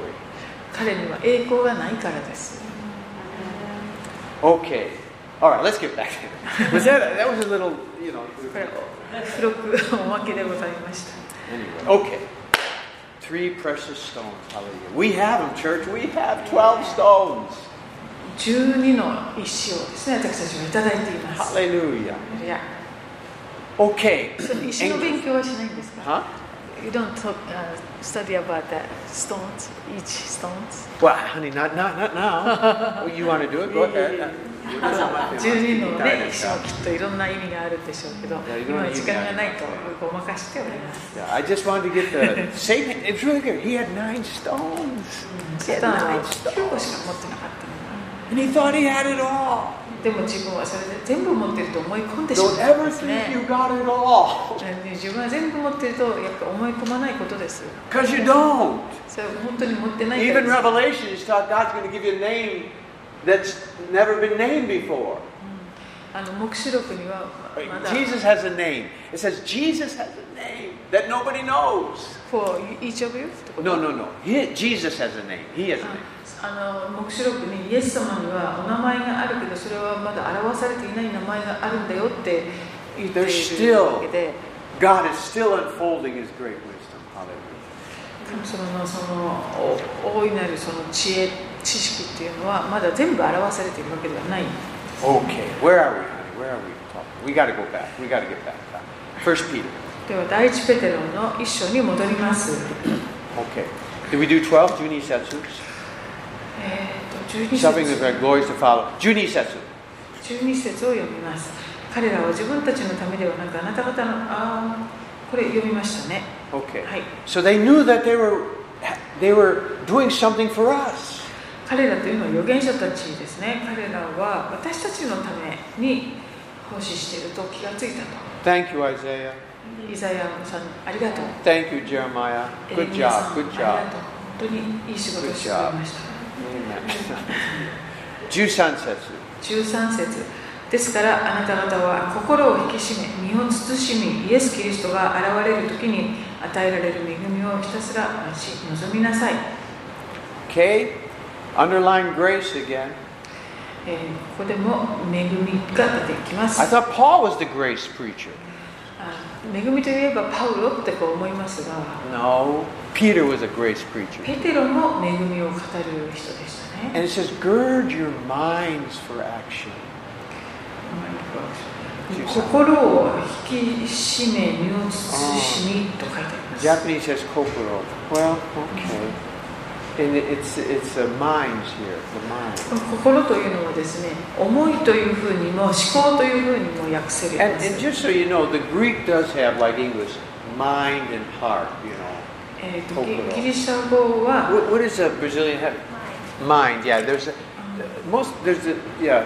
彼には栄光がないからです
Okay. All right, let's get back to it. Was that, that was a little, you know.
これ付録おまけでございました
Anyway, okay. Three precious stones. Hallelujah. We have them, church. We have 12 stones.
12の石をですね私たちはいただいています
Hallelujah.
いや
Okay.
その石の勉
Angels.
強はしないんですか
Huh?
You don't talk, uh, study about that stones, each stones.
Well, honey, not, not, not <laughs> now. well, you want to do it? Go ahead.
12のね石もきっといろんな意味があるんでしょうけど
やいろん
今
な意
は
味
時
があ
間
ります
がないとごまかしております
Yeah, I just wanted to get <laughs> the Satan. It's really good. He had nine stones.
サタンは9個しか持ってなかったの
And he thought he had it all.
でも自分はそれで全部持ってると思い込んでしま
Don't
うん
ever
で
think
すね
you got it all. <laughs>
うん自分は全部持ってるとやっぱ思い込まないことです
Because you don't.
それは本当に持ってないから
Even
です
Revelation is taught God's going to give you a name that's never been named before.
あの黙示録にはまだ
Jesus has a name. It says Jesus has a name that nobody knows.
for each of you? とか
No, no, no. He, Jesus has a name. He
Uh-huh.
has a name.
あの黙示録にイエス様にはお名前があるけどそれはまだ表されていない名前があるんだよって言ってい
There's
る
still-
わけで
God is still unfolding His great wisdom. Hallelujah.
神様のそのお大いなるその知恵知識っていうのはまだ全部表されているわけではない
Okay, where are we, honey? Where are we talking? We got to go back. We got to get back. back. First Peter.
では第一ペテロの一章に戻ります、
Okay. Did we do 12? Juni Setsu.
えー、と12
Something is
節
very glorious to follow. Juni Setsu.
12節を読みます彼らは自分たちのためではなくあなた方のあーこれ読みましたね
Okay.
はい
So they knew that they were they were doing something for us.
彼らというのは預言者たちですね彼らは私たちのために奉仕していると気がついた
Thank you, Isaiah.
とイザヤさんありがとう
Thank you, Jeremiah.
エレ
Good
ミヤさ
job. Good
んあり
job.
がとう本当にいい仕事をしてくれました
Amen. <laughs> Jusan Setsu.
13節ですからあなた方は心を引き締め身を慎みイエス・キリストが現れる時に与えられる恵みをひたすら待ち望みなさい、
Okay. Underline grace again.
えーここでも恵みが出てきます
I
あ
thought Paul was the grace preacher.
恵みといえばパウロってこう思いますが
No. Peter was a grace preacher.
ペテロも恵みを語る人でしたね。
And it says, gird your minds for action.
心を引き締め、身を慎みと書いてあります。
Japanese says kokoro. Well, okay. And it- it's it's a minds here, the mind.
この心というのはですね、思いというふうにも思考というふうにも訳せる
And,
んで
and just
す。
so you know, the Greek does have, like English, mind and heart, you know.
えーと
心
ギギリシャ語は
What, what is a Brazilian have? Mind, yeah. There's a, most, there's a, yeah,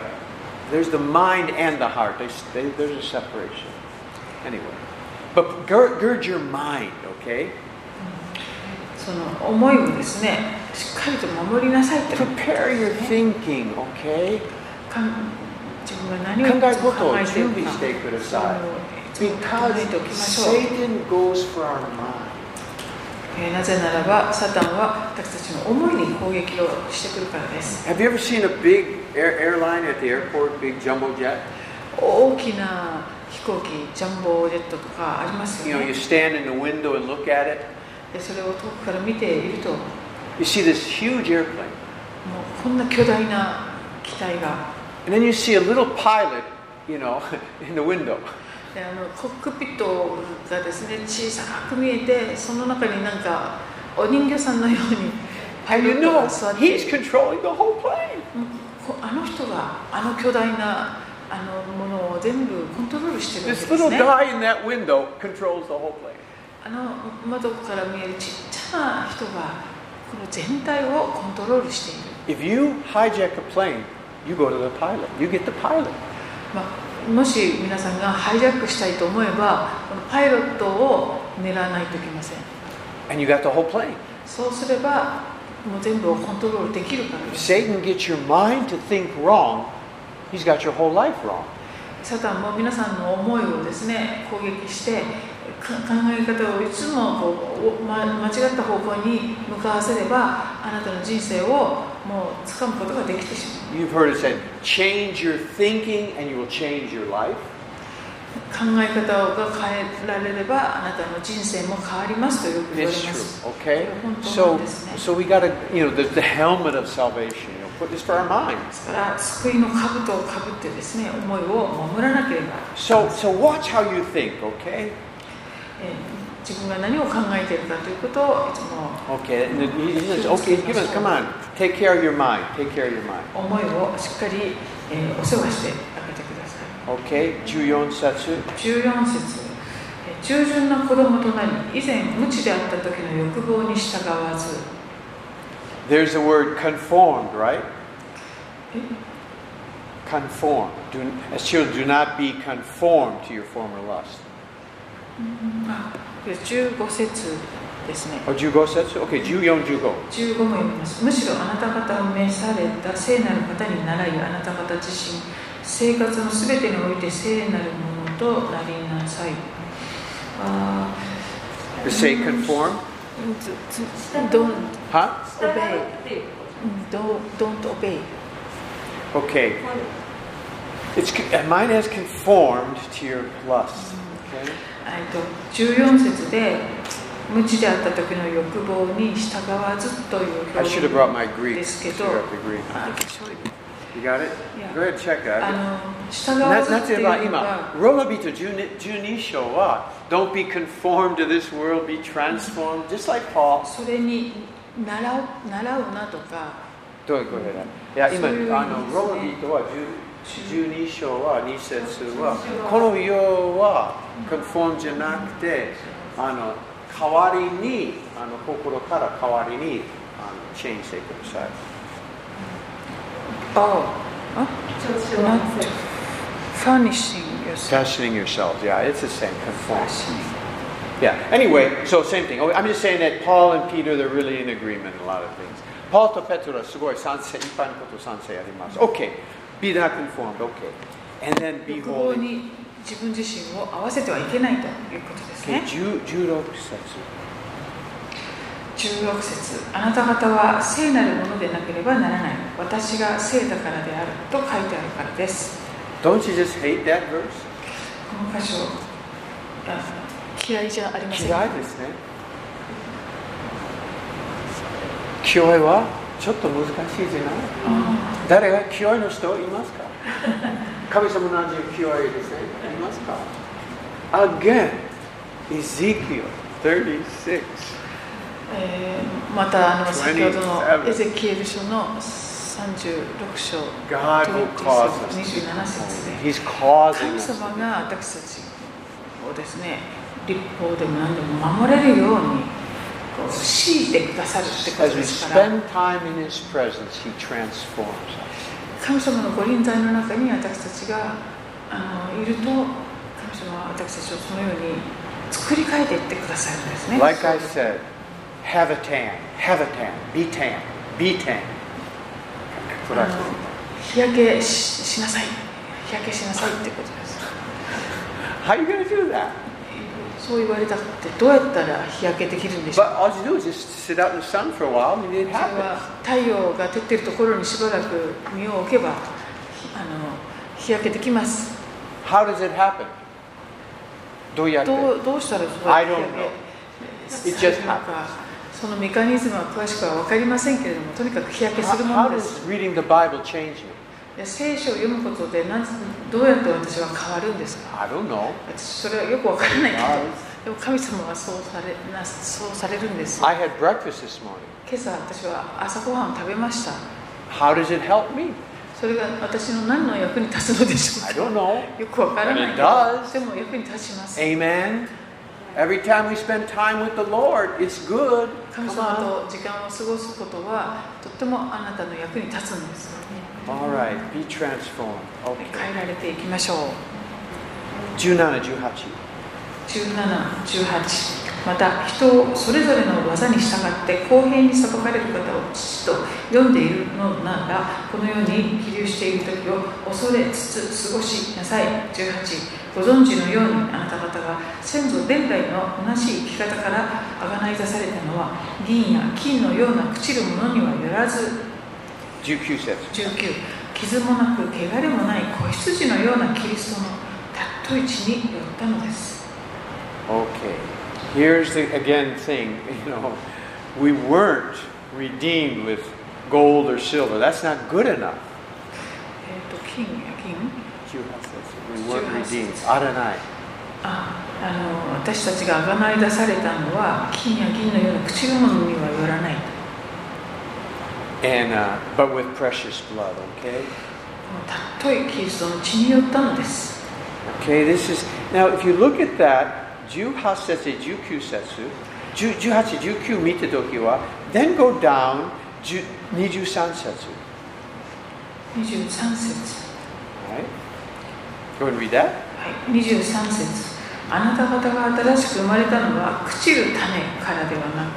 there's the mind and the heart. They, s- they, there's a separation. Anyway. But gird, gird your mind, okay?
その思いをですね、しっかりと守りなさいって。
Prepare your thinking, okay?
かん自分が何をいつも考えてい
考え事
るか
を準備してください
そういつも考えておきま
Because
しょう。
Satan goes for our mind.
えーなぜならばサタンは私たちの思いに攻撃をしてくるからです
Have you ever seen a big air, airline at the airport, big jumbo jet?
大きな飛行機ジャンボジェットとかあります
You
よ
know,
ね
you stand in the window and look at it.
でそれを遠くから見ているともう
You see this huge airplane.
こんな巨大な機体が
And then you see a little pilot, you know, <laughs> in the window.
であのコックピットがですね小さく見えてその中になんかお人形さんのようにパ
And
イロ
you
ット
know,
が座って
he's controlling the whole plane.
こあの人があの巨大なあのものを全部コントロールしてるわけ
This
です
little
ね
guy in that window controls the whole place.
あの窓から見えるちっちゃな人がこの全体をコントロールしている、
If you hijack a plane, you go to the pilot. You get the pilot.
まあ、もし皆さんがハイジャックしたいと思えばこのパイロットを狙わないといけません
And you got the whole plane.
そうすればもう全部をコントロールできるからで
If
す
Satan gets your mind to think wrong, he's got your whole life wrong.
サタンも皆さんの思いをですね攻撃してか考え方をいつもこうおま間違った方向に向かわせればあなたの人生をもう掴むことができてしまう
You've heard it said, change your thinking and you will change your life.
考え方が変えられればあなたの人生も変わりますとよく言われ
It's
ま
true,
す。
okay?
本当なん
So,
ですね。
so we got to, you know, the, the helmet of salvation. You know, put this for our minds.
ですから救いの兜をかぶってですね思いを守らなければ、
So, so watch how you think, okay?
えー自分が何を考えているかということをいつも
Okay, and then he he says, okay, give us, come on, take care of your mind, take care of your mind.
思いをしっかり、えーお世話してあげてください。
Okay, Juyon Setsu.
14節えー従順な子供となり以前無知であった時の欲望に従わず
There's the word conformed, right?
え
Conform. Do, as children, do not be conformed to your former lust.
あ15節ですね
Oh, Jugo Setsu? Okay, Juyon Jugo.
15も読みますむしろあなた方を召された聖なる方に習いあなた方自身生活のすべてにおいて聖なるものとなりなさいあ
To say conform?
ずず don't,
Huh?
従うっていうこ
don't, don't obey.
Okay.
とこういう
It's, con- uh, mine has conformed to your lust. Okay?
ーえっと14節で無知であった時の欲望に従わずという
I
表
should
現
have brought my Greek.
ですけ
Should
ど
have the Greek.
あ sorry
You got it?
Yeah. Um,
Go ahead and check
あ
that.
の従わ
な
ず
な
っ
ぜ
て
ないら
うの
今
が、
ローマ人12 12章は、Don't be conformed to this world, be transformed, just like Paul.
それに習う習うなとか
どういうことだいや、今、
そういう意味ですね
あのローマ人は10 12章は、2節は、この世は conform じゃなくて、あの代わりに、あの心から代わりに、あのチェンジしてください。
あ
調子を合わせ
not
る
furnishing yourself
Fashioning yourselves, yeah, it's the same, conform. Yeah. Anyway, so same thing. Oh, I'm just saying that Paul and Peter, they're really in agreement in a lot of things. Paul to Peter, Okay. Be not conformed. Okay. And then be
欲望
holy.
に自分自身を合わせてはいけないということです
Okay.
ね
Ju- judo setsu.
16節あなた方は聖なるものでなければならない私が聖だからであると書いてあるからです
Don't you just hate that verse?
この箇所あ
嫌いじゃありません。
嫌いですね。清いはちょっと難しいじゃない誰が清いの人いますか Again, Ezekiel 36.
えーまたあの先ほどの
27
エゼキエル書の36章
God will cause
27
us.
節で
to- He's causing
神
us.
様が私たちをですね立法でも何でも守れるようにこう強いてくださるってこ
As
と
we
ですから
spend time in His presence, He transforms us.
神様のご臨在の中に私たちがあのいると神様は私たちをそのように作り変えていってくださるんですね
Like I said, have a tan, have a tan, be tan, be tan.
あの
Uh-huh.
日焼けししなさい日焼けしなさいってことです
How are you going to do that?
そう言われたってどうやったら日焼けできるんでしょう
But all you do is just sit out in the sun for a while and it
それ
happens.
は太陽が照ってるところにしばらく身を置けばあの日焼けできます
How does it happen? ど
ど
うやって？
うどうしたらそう
I
や
don't
って日
It just
焼けするのかそのメカニズムは詳しくは分かりませんけれどもとにかく日焼け
How,
するも
how
ので
does
す
reading the Bible change me?
で聖書を読むことでなんどうやって私は変わるんですか
I don't know.
私それはよく分からないけど
Yes.
でも神様はそうされなそうされるんです
I had breakfast this morning.
今朝私は朝ごはんを食べました
How does it help me?
そ
それが私の何の役に立つのでしょ
I
うか
don't know.
よくわからないけ
But it
ど
does.
でも役に立ちます
Amen. Every time we spend time with the Lord, it's good.
神
Come
様
on.
と時間を過ごすことはとってもあなたの役に立つんですよね
All right, be transformed.
変
Okay.
えられていきましょう
17, 18.
1718また人をそれぞれの技に従って公平に裁かれる方を父と読んでいるのならこのように起立している時を恐れつつ過ごしなさい18ご存知のようにあなた方が先祖伝来の同じ生き方からあがない出されたのは銀や金のような朽ちるものにはよらず
19 says,
19傷もなく汚れもない子羊のようなキリストのたっと位置によったのです
Okay. Here's the again thing, <laughs> you know, we weren't redeemed with gold or silver. That's not good enough.
えっ、と金や金
18 says, We weren't
18
redeemed. Adonai.
ああの私たちが贖い出されたのは金や銀のような口がものにはよらない
And uh, but with precious blood, okay?
たっといキリストの血によったのです
Okay, this is now if you look at that, 18節、19節、18、19見たときは、then go down 10 23節。
23節
All right? Go and read that.
はい、23節あなた方が新しく生まれたのは朽ちる種からではな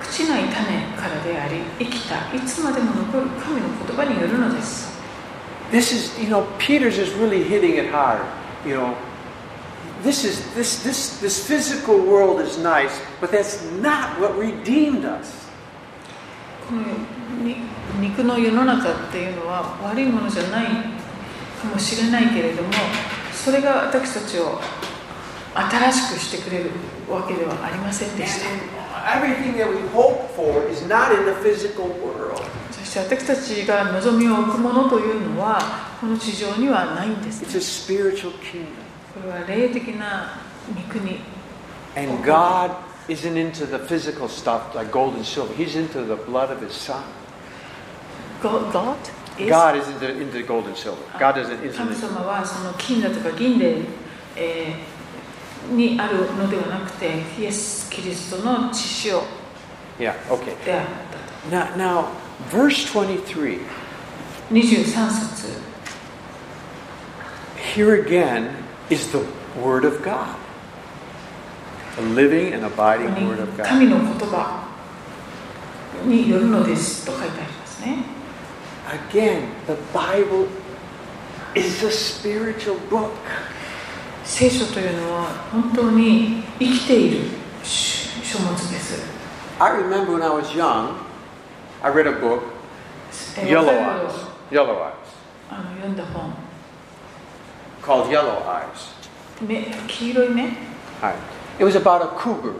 く朽ちない種からであり生きたいつまでも残る神の言葉によるのです
This is you know, Peter's is really hitting it hard. You know, this is this this this physical world is nice, but that's not what redeemed us.
このに肉の世の中っていうのは悪いものじゃないかもしれないけれどもそれが私たちを新しくしてくれるわけではありませんでした
Everything that we hope for is not in the physical world.
そして私たちが望みを置くものというのはこの地上にはないんです
It's a spiritual kingdom.
これは霊的な御国
And God isn't into the physical stuff like gold and silver. He's into the blood of His Son.
God, God is
God isn't into, into gold and silver. God isn't
神
into
様はその金だとか銀で、えーにあるのではなくてイエス・キリストの血潮
Yeah, okay.
であった
Now, now, verse 23.
と23節
Here again is the Word of God. A living and
ここ
abiding
に
Word of
神
God.
の言葉によるのですと書いてありますね
Again, the Bible is a spiritual book.
聖書というのは本当に生きている書書物です、
I remember when I was young, I read a book,
えー
Yellow
若い頃
Eyes. Yellow Eyes.
あの読んだ本
Called Yellow Eyes.
目黄色い目
Hi. It was about a cougar.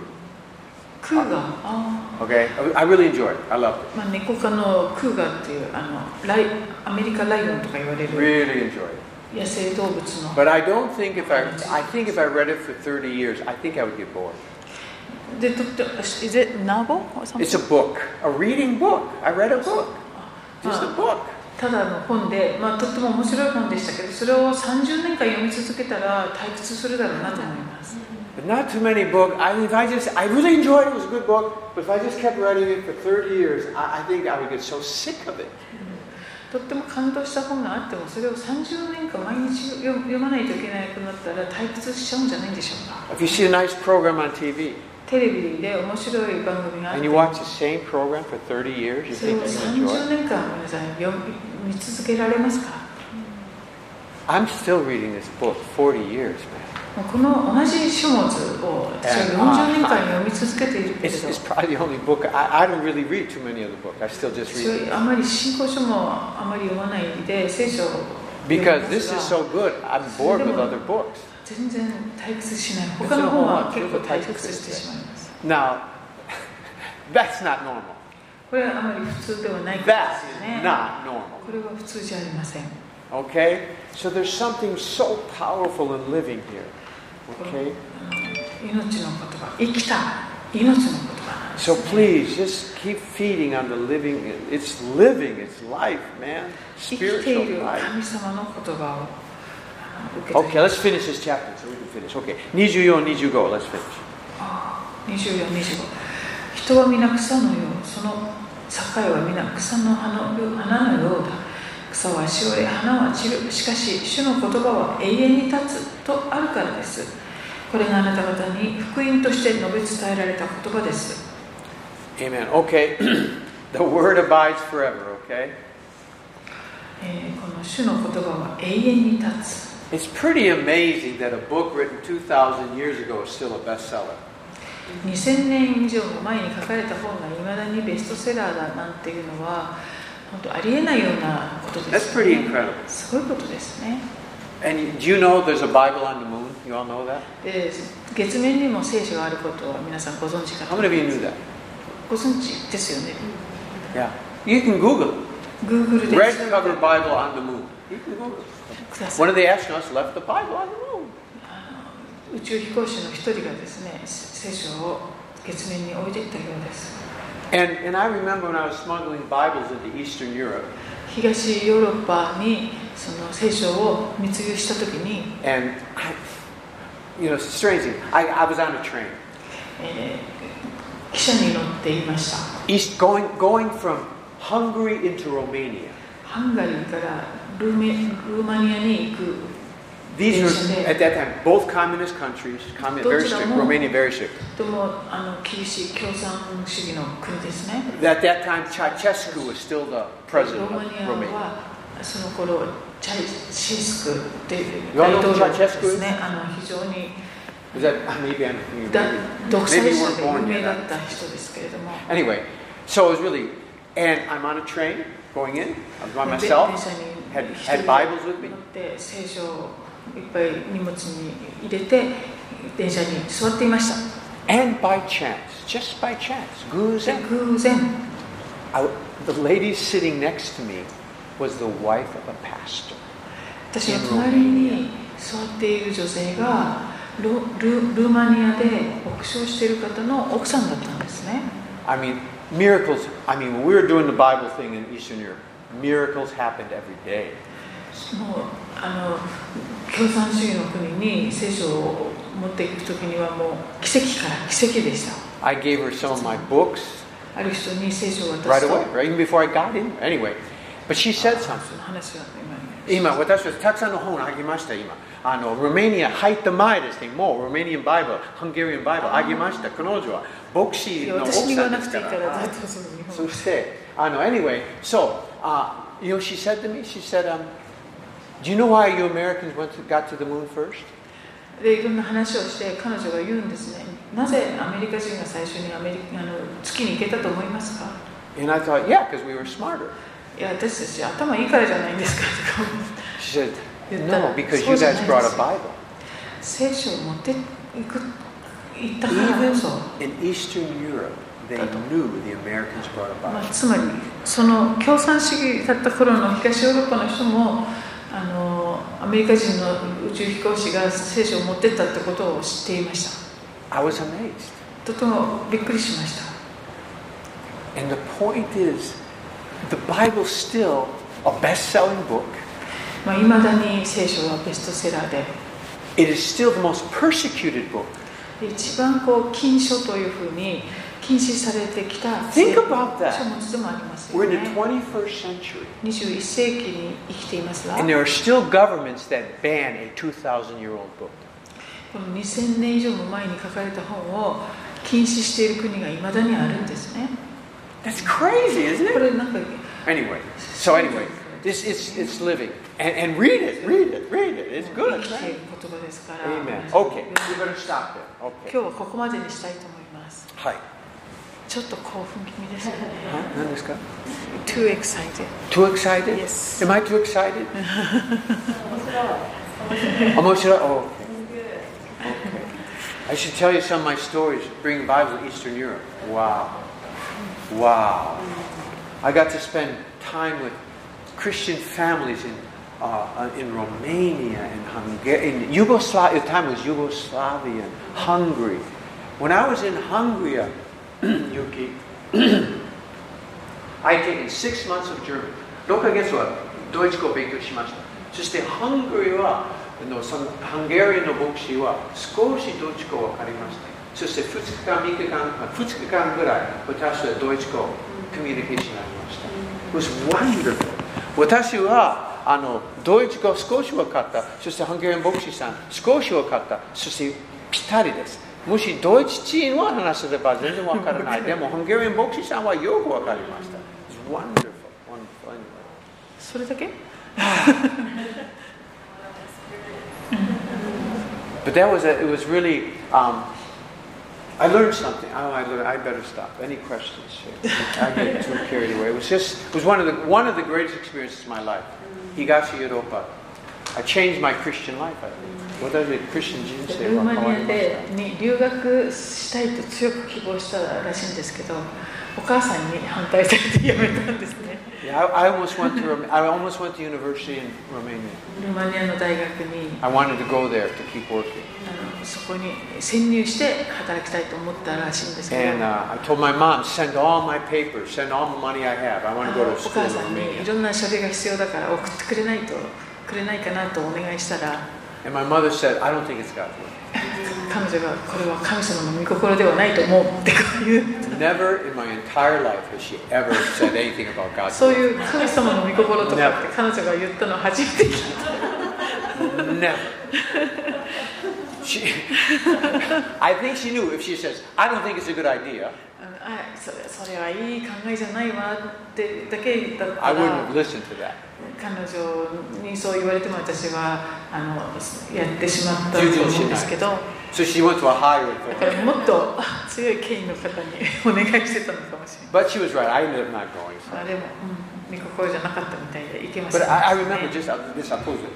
クーガーあ
Okay, I- I really enjoyed it. I loved
ー、まあ、猫科のクーガーっていうあのライアメリカライオンとか言われ
it.
る
Really enjoyed it.
野生動物の
But I don't think if I, I think if I read it for 30 years, I think I would get bored.
でとってあし Is it novel or something?
It's a book, a reading book. I read a book, just a book.
ただの本で、まあ、とっても面白い本でしたけどそれを30年間読み続けたら退屈するだろうなと思います
But not too many books. I, if I just, I really enjoyed it. It was a good book. But if I just kept reading it for 30 years, I, I think I would get so sick of it.
とっても感動した本があってもそれを30年間毎日読読まないといけなくなったら退屈しちゃうんじゃないんでしょうか
If you see a nice program on TV
テレビで面白い番組があっ
and
て
you watch the same program for 30 years, you
それを
think you're going to enjoy
30
it.
年間皆さん読み続けられますか
I'm still reading this book 40 years, man.
もうこの同じ書物を私は40年間読み続けているけれ
It's,
ど
it's probably the only book I, I don't really read too many of the book. I still just
そう
read
い
it
うあまり信仰書もあまり読まないで聖書を読みま
because this is
すが
so good. I'm bored with other books.
全然退屈しない他の本は結構退屈してしまいます
Now, <laughs> that's not normal.
これはあまり普通ではないことですよ
That's
ね
not normal.
これは普通じゃありません
Okay? So there's something so powerful in living here. Okay?
命の言葉生きた命の言葉なん
So please just keep feeding on the living. It's living. It's life, man.
生きてい
Spiritual
る
life.
神様の言葉をあの受け取り
Okay, let's finish this chapter so we can finish. Okay, 24, 25. Let's finish.
24、25人は皆草のようその境は皆草の花のよう花のようだ草はしおれ花は散るしかし主の言葉は永遠に立つとあるからですこれがあなた方に福音として述べ伝えられた言葉です
Amen. Okay, <clears throat> the word abides forever. Okay,
えーこの主の言葉は永遠に立つ
it's pretty amazing that a book written 2,000 years ago is still a bestseller.
2000年以上も前に書かれた本がいまだにベストセラーだなんていうのは本当ありえないようなことで
That's
すよ
pretty
ね
incredible.
すごいことですね
And do you know there's a Bible on the moon? You all know that?
で月面にも聖書があることは皆さんご存知か
How
と
many of you knew that?
ご存知ですよね
Yeah. You can Google it.
Google で
Red
調べて
cover Bible on the moon. You can Google it.
くださ
One
い
of the astronauts left the Bible on the moon.
宇宙飛行士の一人がですね聖書を月面に置いていったようです
And, and I remember when I was smuggling Bibles into Eastern Europe,
東ヨーロッパにその聖書を密輸した時に、
and I, you know, it's a strange thing. I, I was on a train,
えー汽車に乗っていました
East, going, going from Hungary into Romania.
ハンガリーからルーメルーマニアに行く
These were,
Eastern.
at that time, both communist countries, commun- very strict, Romania very strict.
とてもあの厳しい共産主義の国ですね
At that time, Ceausescu was still the
ロ
president
ー
of
マニア
Romania.
はその頃チャイシスクっていう
You all
大
know
統領
Ceausescu?
ですねあの非常に
Is that, maybe I'm, maybe,
だ
maybe
独裁
you
者
weren't
で
born
有名
yet.
だった人ですけれども
Anyway, so it was really, and I'm on a train going in. I was by
で
myself.
電
Had-
車
had
に
Bibles with me.
乗って聖書をいっぱい荷物に入れて電車に座っていました
And by chance, just by chance,
で
guzen,
偶然
I, the lady sitting next to me was the wife of a pastor.
私の隣に座っている女性がルルルーマニアで牧師をしている方の奥さんだったんですね
I mean, miracles. I mean, when we were doing the Bible thing in Eastern Europe, miracles happened every day.
もうあの共産主義の国に聖書を持っていく時にはもう奇跡から奇跡でした
I gave her some of my books
ある人に聖書を渡
right
すと
away, right even before I got in. Anyway, but she said
そ
something.
の話は今に
今私はたくさんの本をあげました今あのルーメニア入った前ですねもうルーメニアンバイブルハンガリアンバイブルあげました彼女は牧師
いや
の奥
私
さん
に
で
言わなく
す
て
か
いいから
ら
だってその日
そ
本
してあの anyway so、uh, you know she said to me she said、um, do you know why you Americans went to, got to the moon first
でいろんな話をして彼女が言うんですねなぜアメリカ人が最初にアメリあの月に行けたと思いますか
and I thought yeah because we were smarter
いや私たち頭いいからじゃないんですかとか思って
she said
言ったら
no because you guys brought a Bible
聖書を持っていく行ったからこそ、
in Eastern Europe they
Uh-huh.
knew the Americans brought a
まあ
Bible、
つまりその共産主義だった頃の東ヨーロッパの人もあのアメリカ人の宇宙飛行士が聖書を持ってったってことを知っていました
I was amazed
とてもびっくりしました
And the point is, the Bible's still a best selling book.
まあ、未だに聖書はベストセラーで
It is still the most persecuted book.
一番こう禁書というふうに禁止されてきた
Think
書
about that.
物でもありますよ
We're in
ね
the 21st century,
21世紀に生きていますが
and there are still governments that ban a 2,000 year old book.
この2000年以上も前に書かれた本を禁止している国が未だにあるんですね
That's crazy, isn't
こ
it?
れなんか
Anyway, so anyway, this it's, it's living. And, and read it, read it, read it. It's
生
good.
きている言葉ですから。
Amen.
皆さん
Okay, we better stop there.
今
Okay.
日はここまでにしたいと思います。
Hi.
ちょっと興奮気味です
<laughs>
ね。
Huh? None this guy?
Too excited.
Too excited?
Yes.
Am I too excited? Emotional? Oh, okay. Okay. I should tell you some of my stories bringing Bibles to Eastern Europe. Wow. Wow. I got to spend time with Christian families in, uh, uh, in Romania and Hungary. In Yugoslavia, the time was Yugoslavia and Hungary. <clears throat> When I was in Hungary, Yuki. I taken six months of German. 6ヶ月はドイツ語を勉強しました。そしてハンガリーは、あのそのハンガリーの牧師は少しドイツ語を分かりました。そして2日間、3日間、あ2日間ぐらい私はドイツ語をコミュニケーションになりました。It was wonderful. 私はあのドイツ語少し分かった、そしてハンガリーの牧師さん少し分かった、そしてぴったりです。もしドイツ人は話せれば全然分からない。でもハンガリーの牧師さんはよく分かりました。It's wonderful, wonderful. Anyway.
それだけ
But that was a, it was really um, I learned something. Oh, I, learned, I better stop. Any questions? <laughs> I get too carried away. It was just it was one of the one of the greatest experiences of my life. Higashi Europa. I changed my Christian life. I think. What does it Christian 人
ル
生
ー
は
マ
変わ
ニ
り
ア
まし
でに留学したいと強く希望したらしいんですけどお母さんに反対されて辞めたんです
<laughs>
ね
た Yeah, I, I almost went to Roma- I almost went to university in Romania.
ルーマニアの大学に
I wanted to go there to keep working,
あのそこに潜入して働きたいと思ったらしいんですけど
and uh, I told my mom send all my papers, send all the money I have. I
あ
want to
の
go
お
to school
母
in
さん
Romania.
にいろんな書類が必要だから送ってくれないとくれないかなとお願いしたら
And my mother said, I don't think it's God's will.
彼女がこれは神様の御心ではないと思うってこういう
Never in my entire life has she ever said anything about God's
そう
will.
いう神様の御心とかって彼女が言ったの初めて聞いた
Never. She, I think she knew if she says, I don't think it's a good idea,
あのあそれそれはいい考えじゃないわってだけだった
I
ら
wouldn't have listened to that.
彼女にそう言われても私はあのやってしまったと思うんですけどだ
So she went to a higher
か
authority.
らもっとあ強い権威の方にお願いしてたのかもしれ
But she was right. I ended up not going.
ないあでも、うん、見心じゃなかったみたいでいけました
But I, I remember just uh, this. I'll close it.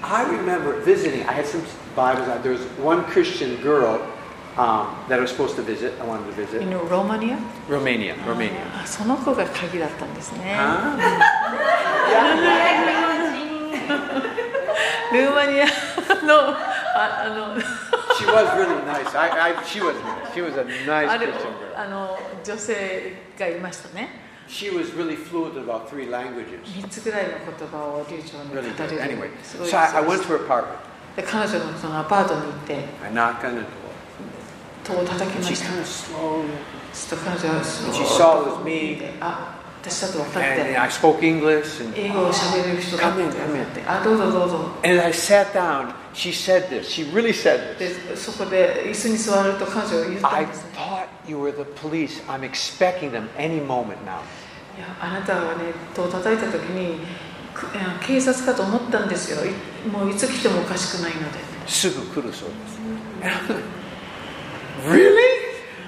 I remember visiting. I had some Bibles. out. There was one Christian girl um, that I was supposed to visit. I wanted to
イ
visit
ノローマニア
Romania. Romania.
あその子が鍵だったんですね
Huh?
ルーマニアのああの
She was really nice. I, I, she was nice. She was a
あ
nice
る
Christian girl.
あの女性がいましたね
She was really fluent in about three languages.
3つぐらいの言葉を流暢に
Really
語
good.
れる
Anyway,
すごい
so I, I went to her apartment.
で彼女のそのアパートに行って
I knocked on the door.
戸を叩きま
She
した
kind of slow.
ちょっと彼女はそ
She saw it was
う
me.
あ私だと分かっ
And
て
I spoke English. And,
英語を喋れる人だって分か
Come in,
ってあどうぞどうぞ
and I sat down. She said this. She really said this.
でそこで椅子に座ると彼女は言った
I
んですね
thought you were the police. I'm expecting them any moment now.
いやあなたはね戸を叩いた時にくいや警察かと思ったんですよいもういつ来てもおかしくないので
すぐ来るそうです。really?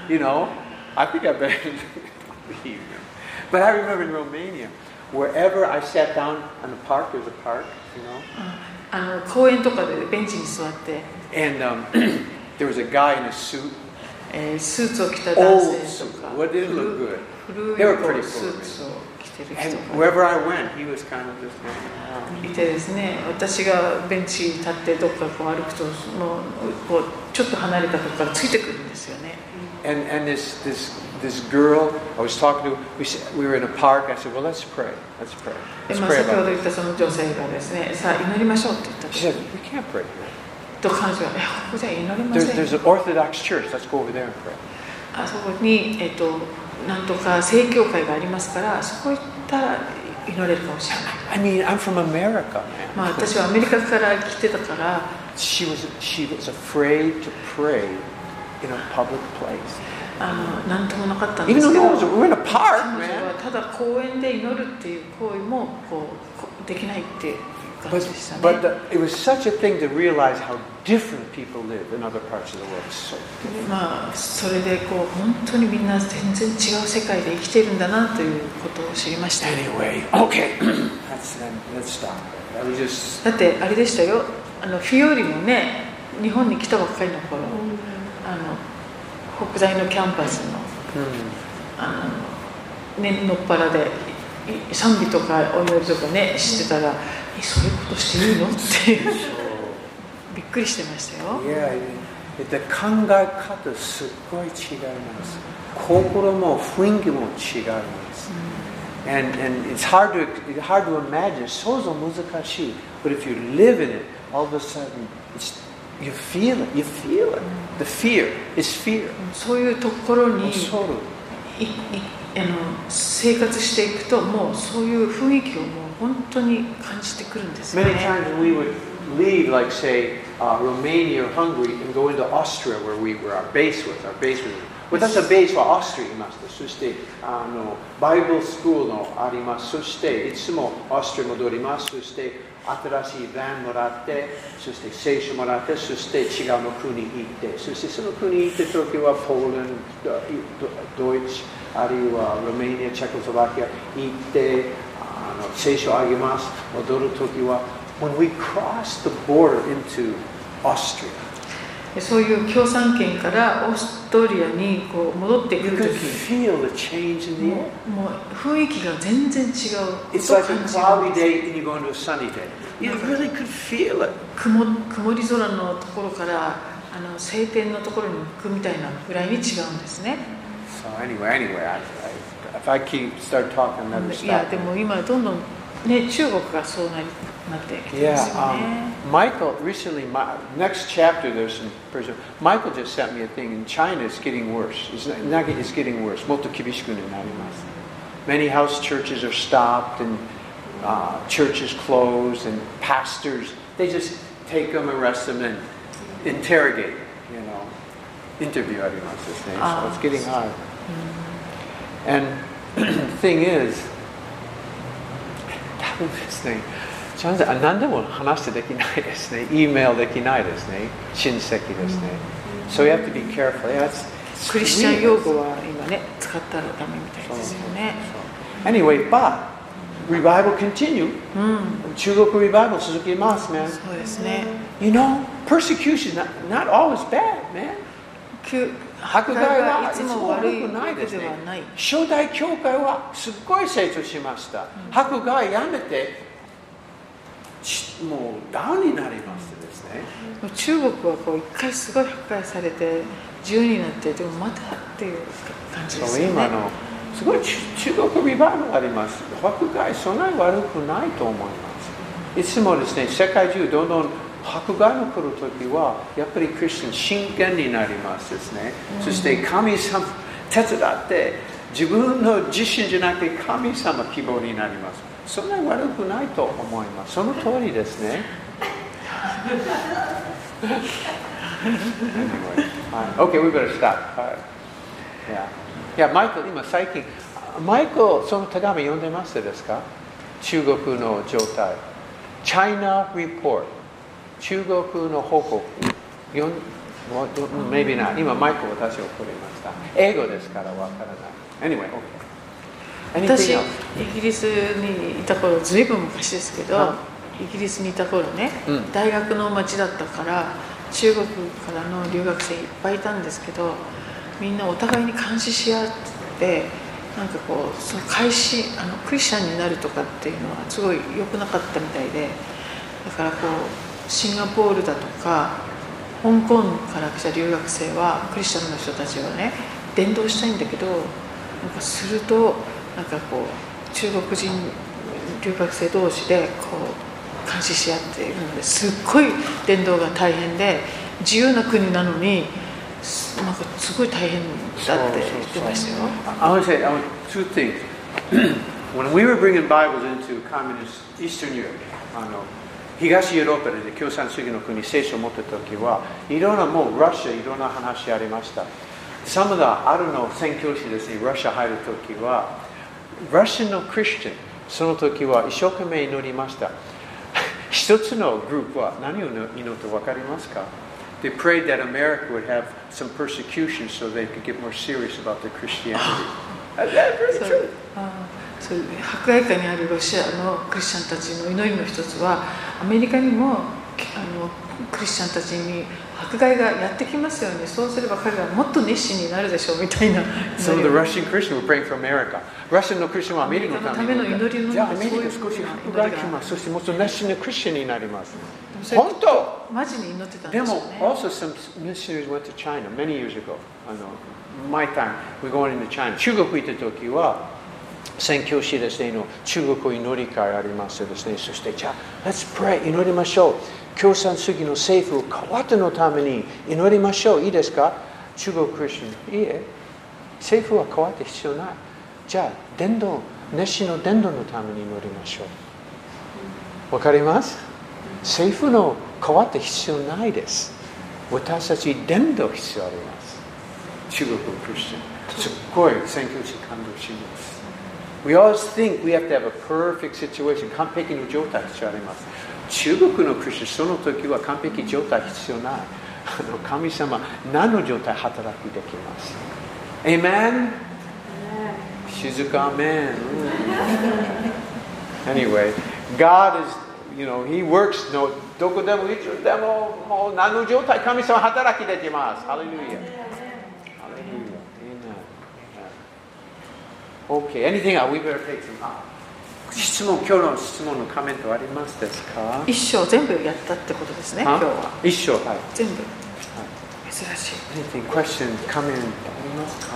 You know, I think I better leave. But I remember in Romania, wherever I sat down on the park, there's a park, you know,
あの公園とかでベンチに座って、
and um, <clears throat> there was a guy in a suit,
えースーツを着た男
old
性
suit.
とか
What didn't look good.
古い
They were pretty
こ
cool,
うスーツを着てる
And
人が
wherever I went, he was kind of just going, "Oh."
いてですね私がベンチに立ってどっかこう歩くともうこうちょっと離れたとこからついてくるんですよね
and and this this this girl I was talking to, we s- we were in a park. I said, well, let's pray, let's pray,
で、
let's
まあ、
pray
先ほ
about
ど
it.
言ったその女性がですねさあ祈りましょうって言った
She
時
said, we can't pray here.
と彼女は「いやここじゃ祈れま
There's,
せん
there's an Orthodox church. Let's go over there and pray.
あそこに、えっとなんとか正教会がありますからそこ行ったら祈れるかもしれ
I
ない
mean, I'm from America,
ま
man.
あ私はアメリカから来てたから、
She was she was afraid to pray in a public place.
あの何ともなかったんで
Even
す
though
けど
no one was, we were in a park,
彼女
man.
はただ公園で祈るっていう行為もこうこできないっていう感
But,
じでしたね。
but the, it was such a thing to realize how different people live in other parts of the world. So,
まあそれでこう本当にみんな全然違う世界で生きているんだなということを知りました。
anyway, okay, <clears throat> that's then. Let's stop. That was just
だってあれでしたよ。あのフィオーリもね日本に来たばっかりの頃、あの北大のキャンパス
hmm,
のあのねのっぱらでい賛美とかお祈りとかねしてたら
<laughs>
「えそういうことしていいの?」っていう
so
びっくりしてましたよ
yeah. で考え方すっごい違います。心も雰囲気も違います。And, and it's hard to, it's hard to imagine. 想像難しい。But if you live in it, all of a sudden, it's, you feel it. You feel it. The fear is fear.
そういうところにいい
恐る。
あの生活していくともうそういう雰囲気をもう本当に感じてくるんですよ
Many
ね。
times we would leave, like say uh, Romania or Hungary, and go into Austria, where we were our base was. Our base was. 私はベースはオーストリアにいました。そしてあのバイブルスクールのあります。そしていつもオーストリアに戻ります。そして新しいバンもらって、そして聖書もらって、そして違うの国に行って、そしてその国に行った時はポーランド、ドドイツ、あるいはロメニア、チェコスロバキア行って、あの聖書をあげます。戻る時は、when we cross the border into Austria,
そういう共産圏からオーストリアにこう戻ってく
you
ると
can
き
feel the change in the
も
air.
うもう雰囲気が全然違う
It's
と
like a
感じる
cloudy day and you go into a sunny day. You really could feel it.
曇曇り空のところからあの晴天のところに行くみたいなぐらいに違うんですね
So anyway, anyway, I, I, if I keep start talking, never
いや
stop.
でも今どんどん、ね、中国がそうなりなってきて
Yeah,
ますよね、
um, Michael recently. My, next chapter, there's some person. Michael just sent me a thing in China. It's getting worse. It's not. not get- it's getting worse. もっと厳しくなります。Many house churches are stopped and uh, churches closed and pastors. They just take them, arrest them, and interrogate. You know, interview everyone's this name. So it's getting hard. And <clears throat> the thing is. <laughs> 多分ですね、チャンスあ何でも話してできないですね、E メールできないですね、親戚ですね。So you have to be careful. Yeah, it's, it's
クリスチャン用
weird.
語は今ね使ったらダメみたいですよね
Anyway, but revival continue.
うん
中国 revival 続きます、man.
そうですね
You know, persecution not, not always bad, man.
迫
迫害はいい
つ
つ
も
も
悪
悪
い
く
わ
ない
け
です
で
ね
はない。
初代教会はすっごい成長しました。迫害やめて、しもうダウンになりましてですね。
中国はこう一回すごい迫害されて自由になってでもまたっていう感じですよ
今
ね。
のすごい中中国リバイバルあります。迫害、そんなに悪くないと思います。いつもですね、世界中どんどん迫害の来るときは、やっぱりクリスチャン真剣になりますですね。そして神様手伝って、自分の自身じゃなくて神様希望になります。そんなに悪くないと思います。その通りですね。anyway, fine. okay, we better stop. All right. Yeah. Yeah, Michael, 今最近、マイクその手紙読んでますですか中国の状態。China Report。中国の報告。読ん well, don't- maybe not. 今、マイク私を送りました。英語ですからわからない。Anyway, okay.
私
Anything
イ
else?
ギリスにいた頃ずいぶん昔ですけど
は
イギリスにいた頃ね、
うん
大学の町だったから中国からの留学生いっぱいいたんですけどみんなお互いに監視し合ってなんかこうその開始あのクリスチャンになるとかっていうのはすごい良くなかったみたいでだからこうシンガポールだとか香港から来た留学生はクリスチャンの人たちはね伝道したいんだけどなんかするとなんかこう中国人留学生同士でこう監視し合っているのですっごい伝道が大変で自由な国なのにすなんかすごい大変だって言ってましたよ。
I want to say I want two things. when we were bringing Bibles into communist Eastern Europe, あの東ヨーロッパで共産主義の国、聖書を持った時はいろんなもう、ロシア、いろんな話ありました。サムダ、あるの宣教師ですね、ロシア入る時は、ロシアのクリスチャン、その時は一生懸命祈りま <laughs> した。一つのグループは何を祈って分かりますか They prayed that America would have some persecution so they could get more serious about their Christianity. That's very
そう
true.
あーそう迫害下にあるロシアのクリスチャンたちの祈りの一つはアメリカにもきあのクリスチャンたちに迫害がやってきますようにそうすれば彼らはもっと熱心になるでしょうみたいな
Some of the Russian Christians were praying for America. Russian のクリスチャンはアメリカのために
アメリカのための祈りの
じゃあアメリカ少し迫害来ます。そしてもっと熱心なクリスチャンになります。本当
マジに祈ってたん
で
でしょ
も
うね。
also some missionaries went to China many years ago. あの my time we going into China. 中国行った時は宣教師ですねの中国祈り会ありましてですね。そしてじゃあ Let's pray 祈りましょう。共産主義の政府変わってのために祈りましょう。いいですか？中国クリスチャンいいえ。政府は変わって必要ない。じゃあ伝道熱心の伝道のために祈りましょう。わかります？政府の変わって必要ないです。私たち伝道必要あります。中国クリスチャン。すっごい宣教師感動します。We always think we have to have a perfect situation. 完璧の状態必要あります。中国のクリスチャン、その時は完璧状態必要ない。あの神様、何の状態働きできます。Amen? 静か Amen. Anyway, God is, you know, He works, no, どこでもいつでも、もう何の状態、神様働きできます。ハレルヤ。ハレルヤ。Okay, anything else? We better take some up. 質問、今日の質問のコメントありますですか
一生全部やったってことですね、今日は。
一生、はい。
全部。珍しい。
Anything, question, comment ありますか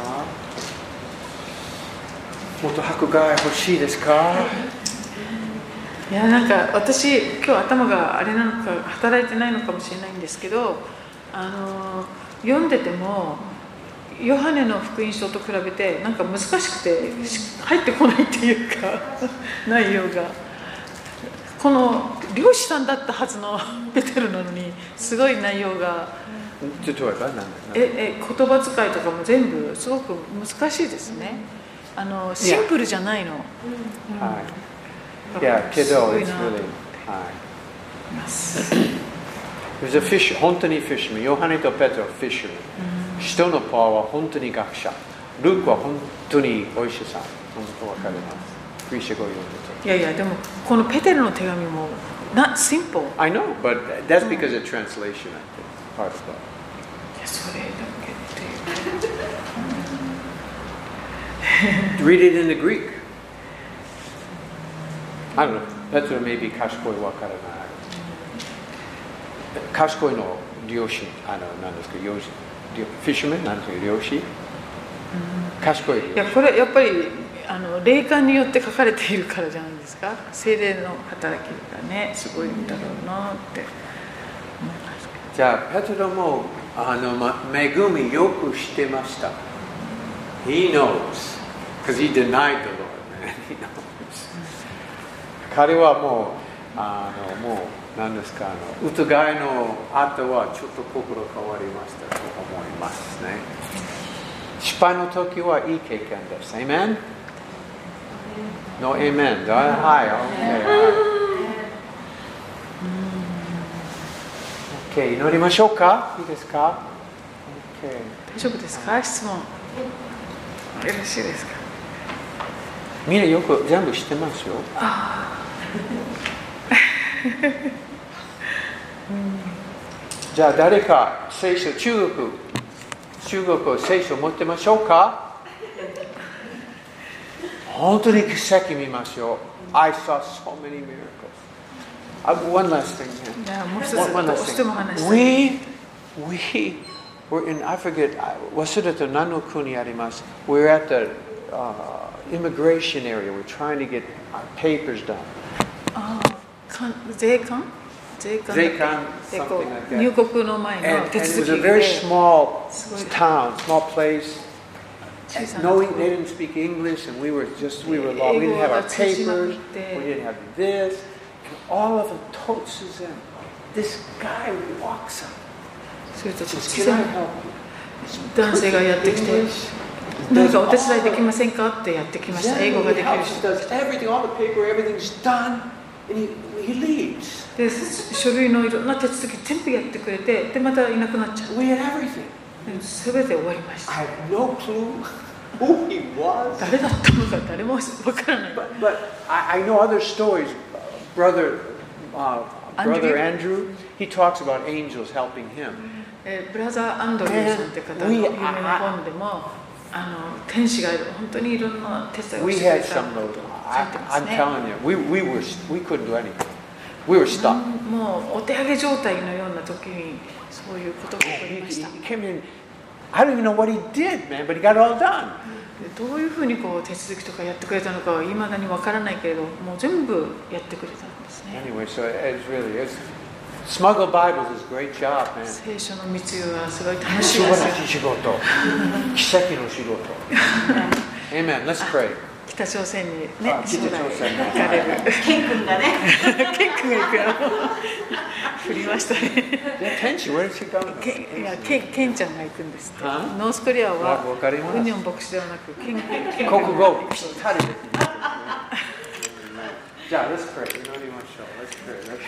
もっと迫害欲しいですか
いやなんか私今日頭があれなのか働いてないのかもしれないんですけどあの読んでてもヨハネの福音書と比べてなんか難しくてし入ってこないっていうか <laughs> 内容がこの漁師さんだったはずの <laughs> ペテルなのにすごい内容が
例えば何ですか
ええ言葉遣いとかも全部すごく難しいですねあのシンプルじゃないの
はい。
だから
Yeah,
すご
kiddo,
い
it's
な
really. はい。
ます。
He was a fish, 本当にフィッシュマン。ヨハネとペトロはフィッシュマン。人のパワーは本当に学者。ルークは本当にお医者さん。本当わかります。クリシャ語を読んでて。
いやいやでもこのペテルの手紙もなシンプル
I know, but that's because of translation, I think. Part of that.
それだけっていう
Read it in the Greek. I don't know. That's what maybe Kashkoi Wakarana. Kashkoi no Ryoshi. I don't know. Yoshi. Fisherman? Nandesuka, Ryoshi. Kashkoi
いや
Ryoshi.
これやっぱりあの霊感によって書かれているからじゃないですか精霊の働きがねすごいんだろうなって思いますけ
じゃあ、ペトロもあの、ま、恵みよくしてました。He knows. Because <laughs> he denied the Lord, man. He knows. 彼はもう、あの、もう、何ですか、あの、疑いの後はちょっと心変わりましたと思いますね。失敗の時はいい経験です。Amen? No, amen. だはい、OK はい。OK、祈りましょうかいいですか ?OK。
ど大丈夫ですか質問よろしいですか
みんなよく全部知ってますよ。じゃあ誰か聖書中国中国を聖書持ってましょうか本当に奇跡見ましょう。I saw so many miracles. I, one last thing here.
いやもう一つ
One, one
どう
last
しても話したい
thing. We, we were in, I forget, I- 忘れた何の国あります We're at the uh, immigration area. We're trying to get our papers done.
あーかん税関税関だっけ
税関
でこ
something like that
う入国の
And,
前の
and
手
it
続
was a
き
very
で
small
すごい。
town, small place.
小さなとこ
Knowing
ろ
they didn't speak English and we were just, we were lost. We didn't have our
英語が通じなくて。
papers, we didn't have this. And all of a sudden, Suzanne, this guy walks up.
それと
Says,
突
Can I
然
help you?
男性がやってきて
English.
何かお手伝いできませんかってやってきました
Yeah,
英語が
he
できる
helps,
人
does everything, all the paper, everything's done, and he, he leaves.
で書類のいろんな手続き全部やってくれてでまたいなくなっちゃう
We had everything.
全て終わりまし
I
た
have no clue <laughs> who he was.
誰だったのか誰もわからない
But, but I, I know other stories. Brother, uh, brother Andrew, he talks about angels helping him.
えーブラザー・アンドリューさんって方の有名な本でもあの天使がいる本当にいろんな手伝いを
We
してく
had
れた
some
こ
load.
とを書い
I,
てます
I'm
ね
telling you, we, we were we couldn't do anything. We were stuck.
もうお手上げ状態のような時にそういうことが起こ
He,
りまし
he
た
he came in. I don't even know what he did, man, but he got it all done.
でどういうふうにこう手続きとかやってくれたのかはいまだにわからないけれどもう全部やってくれたんですね
Anyway, so it's really it's smuggle Bibles is a great job, man.
聖書の密輸はすごい楽しい
素
で
晴
すよ
<laughs> らしい仕事。奇跡の仕事。Amen. Let's pray.
北朝鮮にね
あ
将
北
来
朝鮮
行かれる
ケン君がね、
ケン君が行くよ <laughs> 振りましたね
Tenchi, where did she go?
ケンいやケンケンちゃんが行くんですって
は
ノースコリアは
わかります
ウニョン牧師ではなくケンケン君が
国語ぴったりですね。じゃあ、Let's pray. 祈りましょう。Let's pray. Let's pray.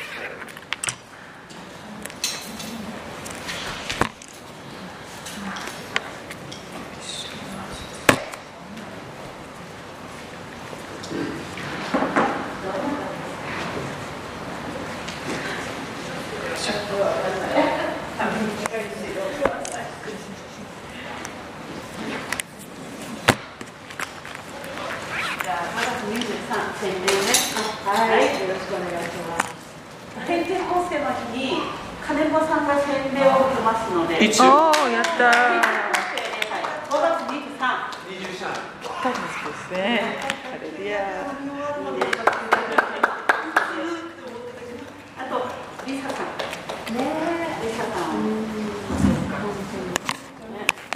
じゃあ、5月23、宣伝ね。はい、よろしくお願いします。ペンテコステの日に、金子さんが宣伝を受けますので。
いつ
おおやった
はい
ー
5月23。
ぴったりの人ですね
いいね。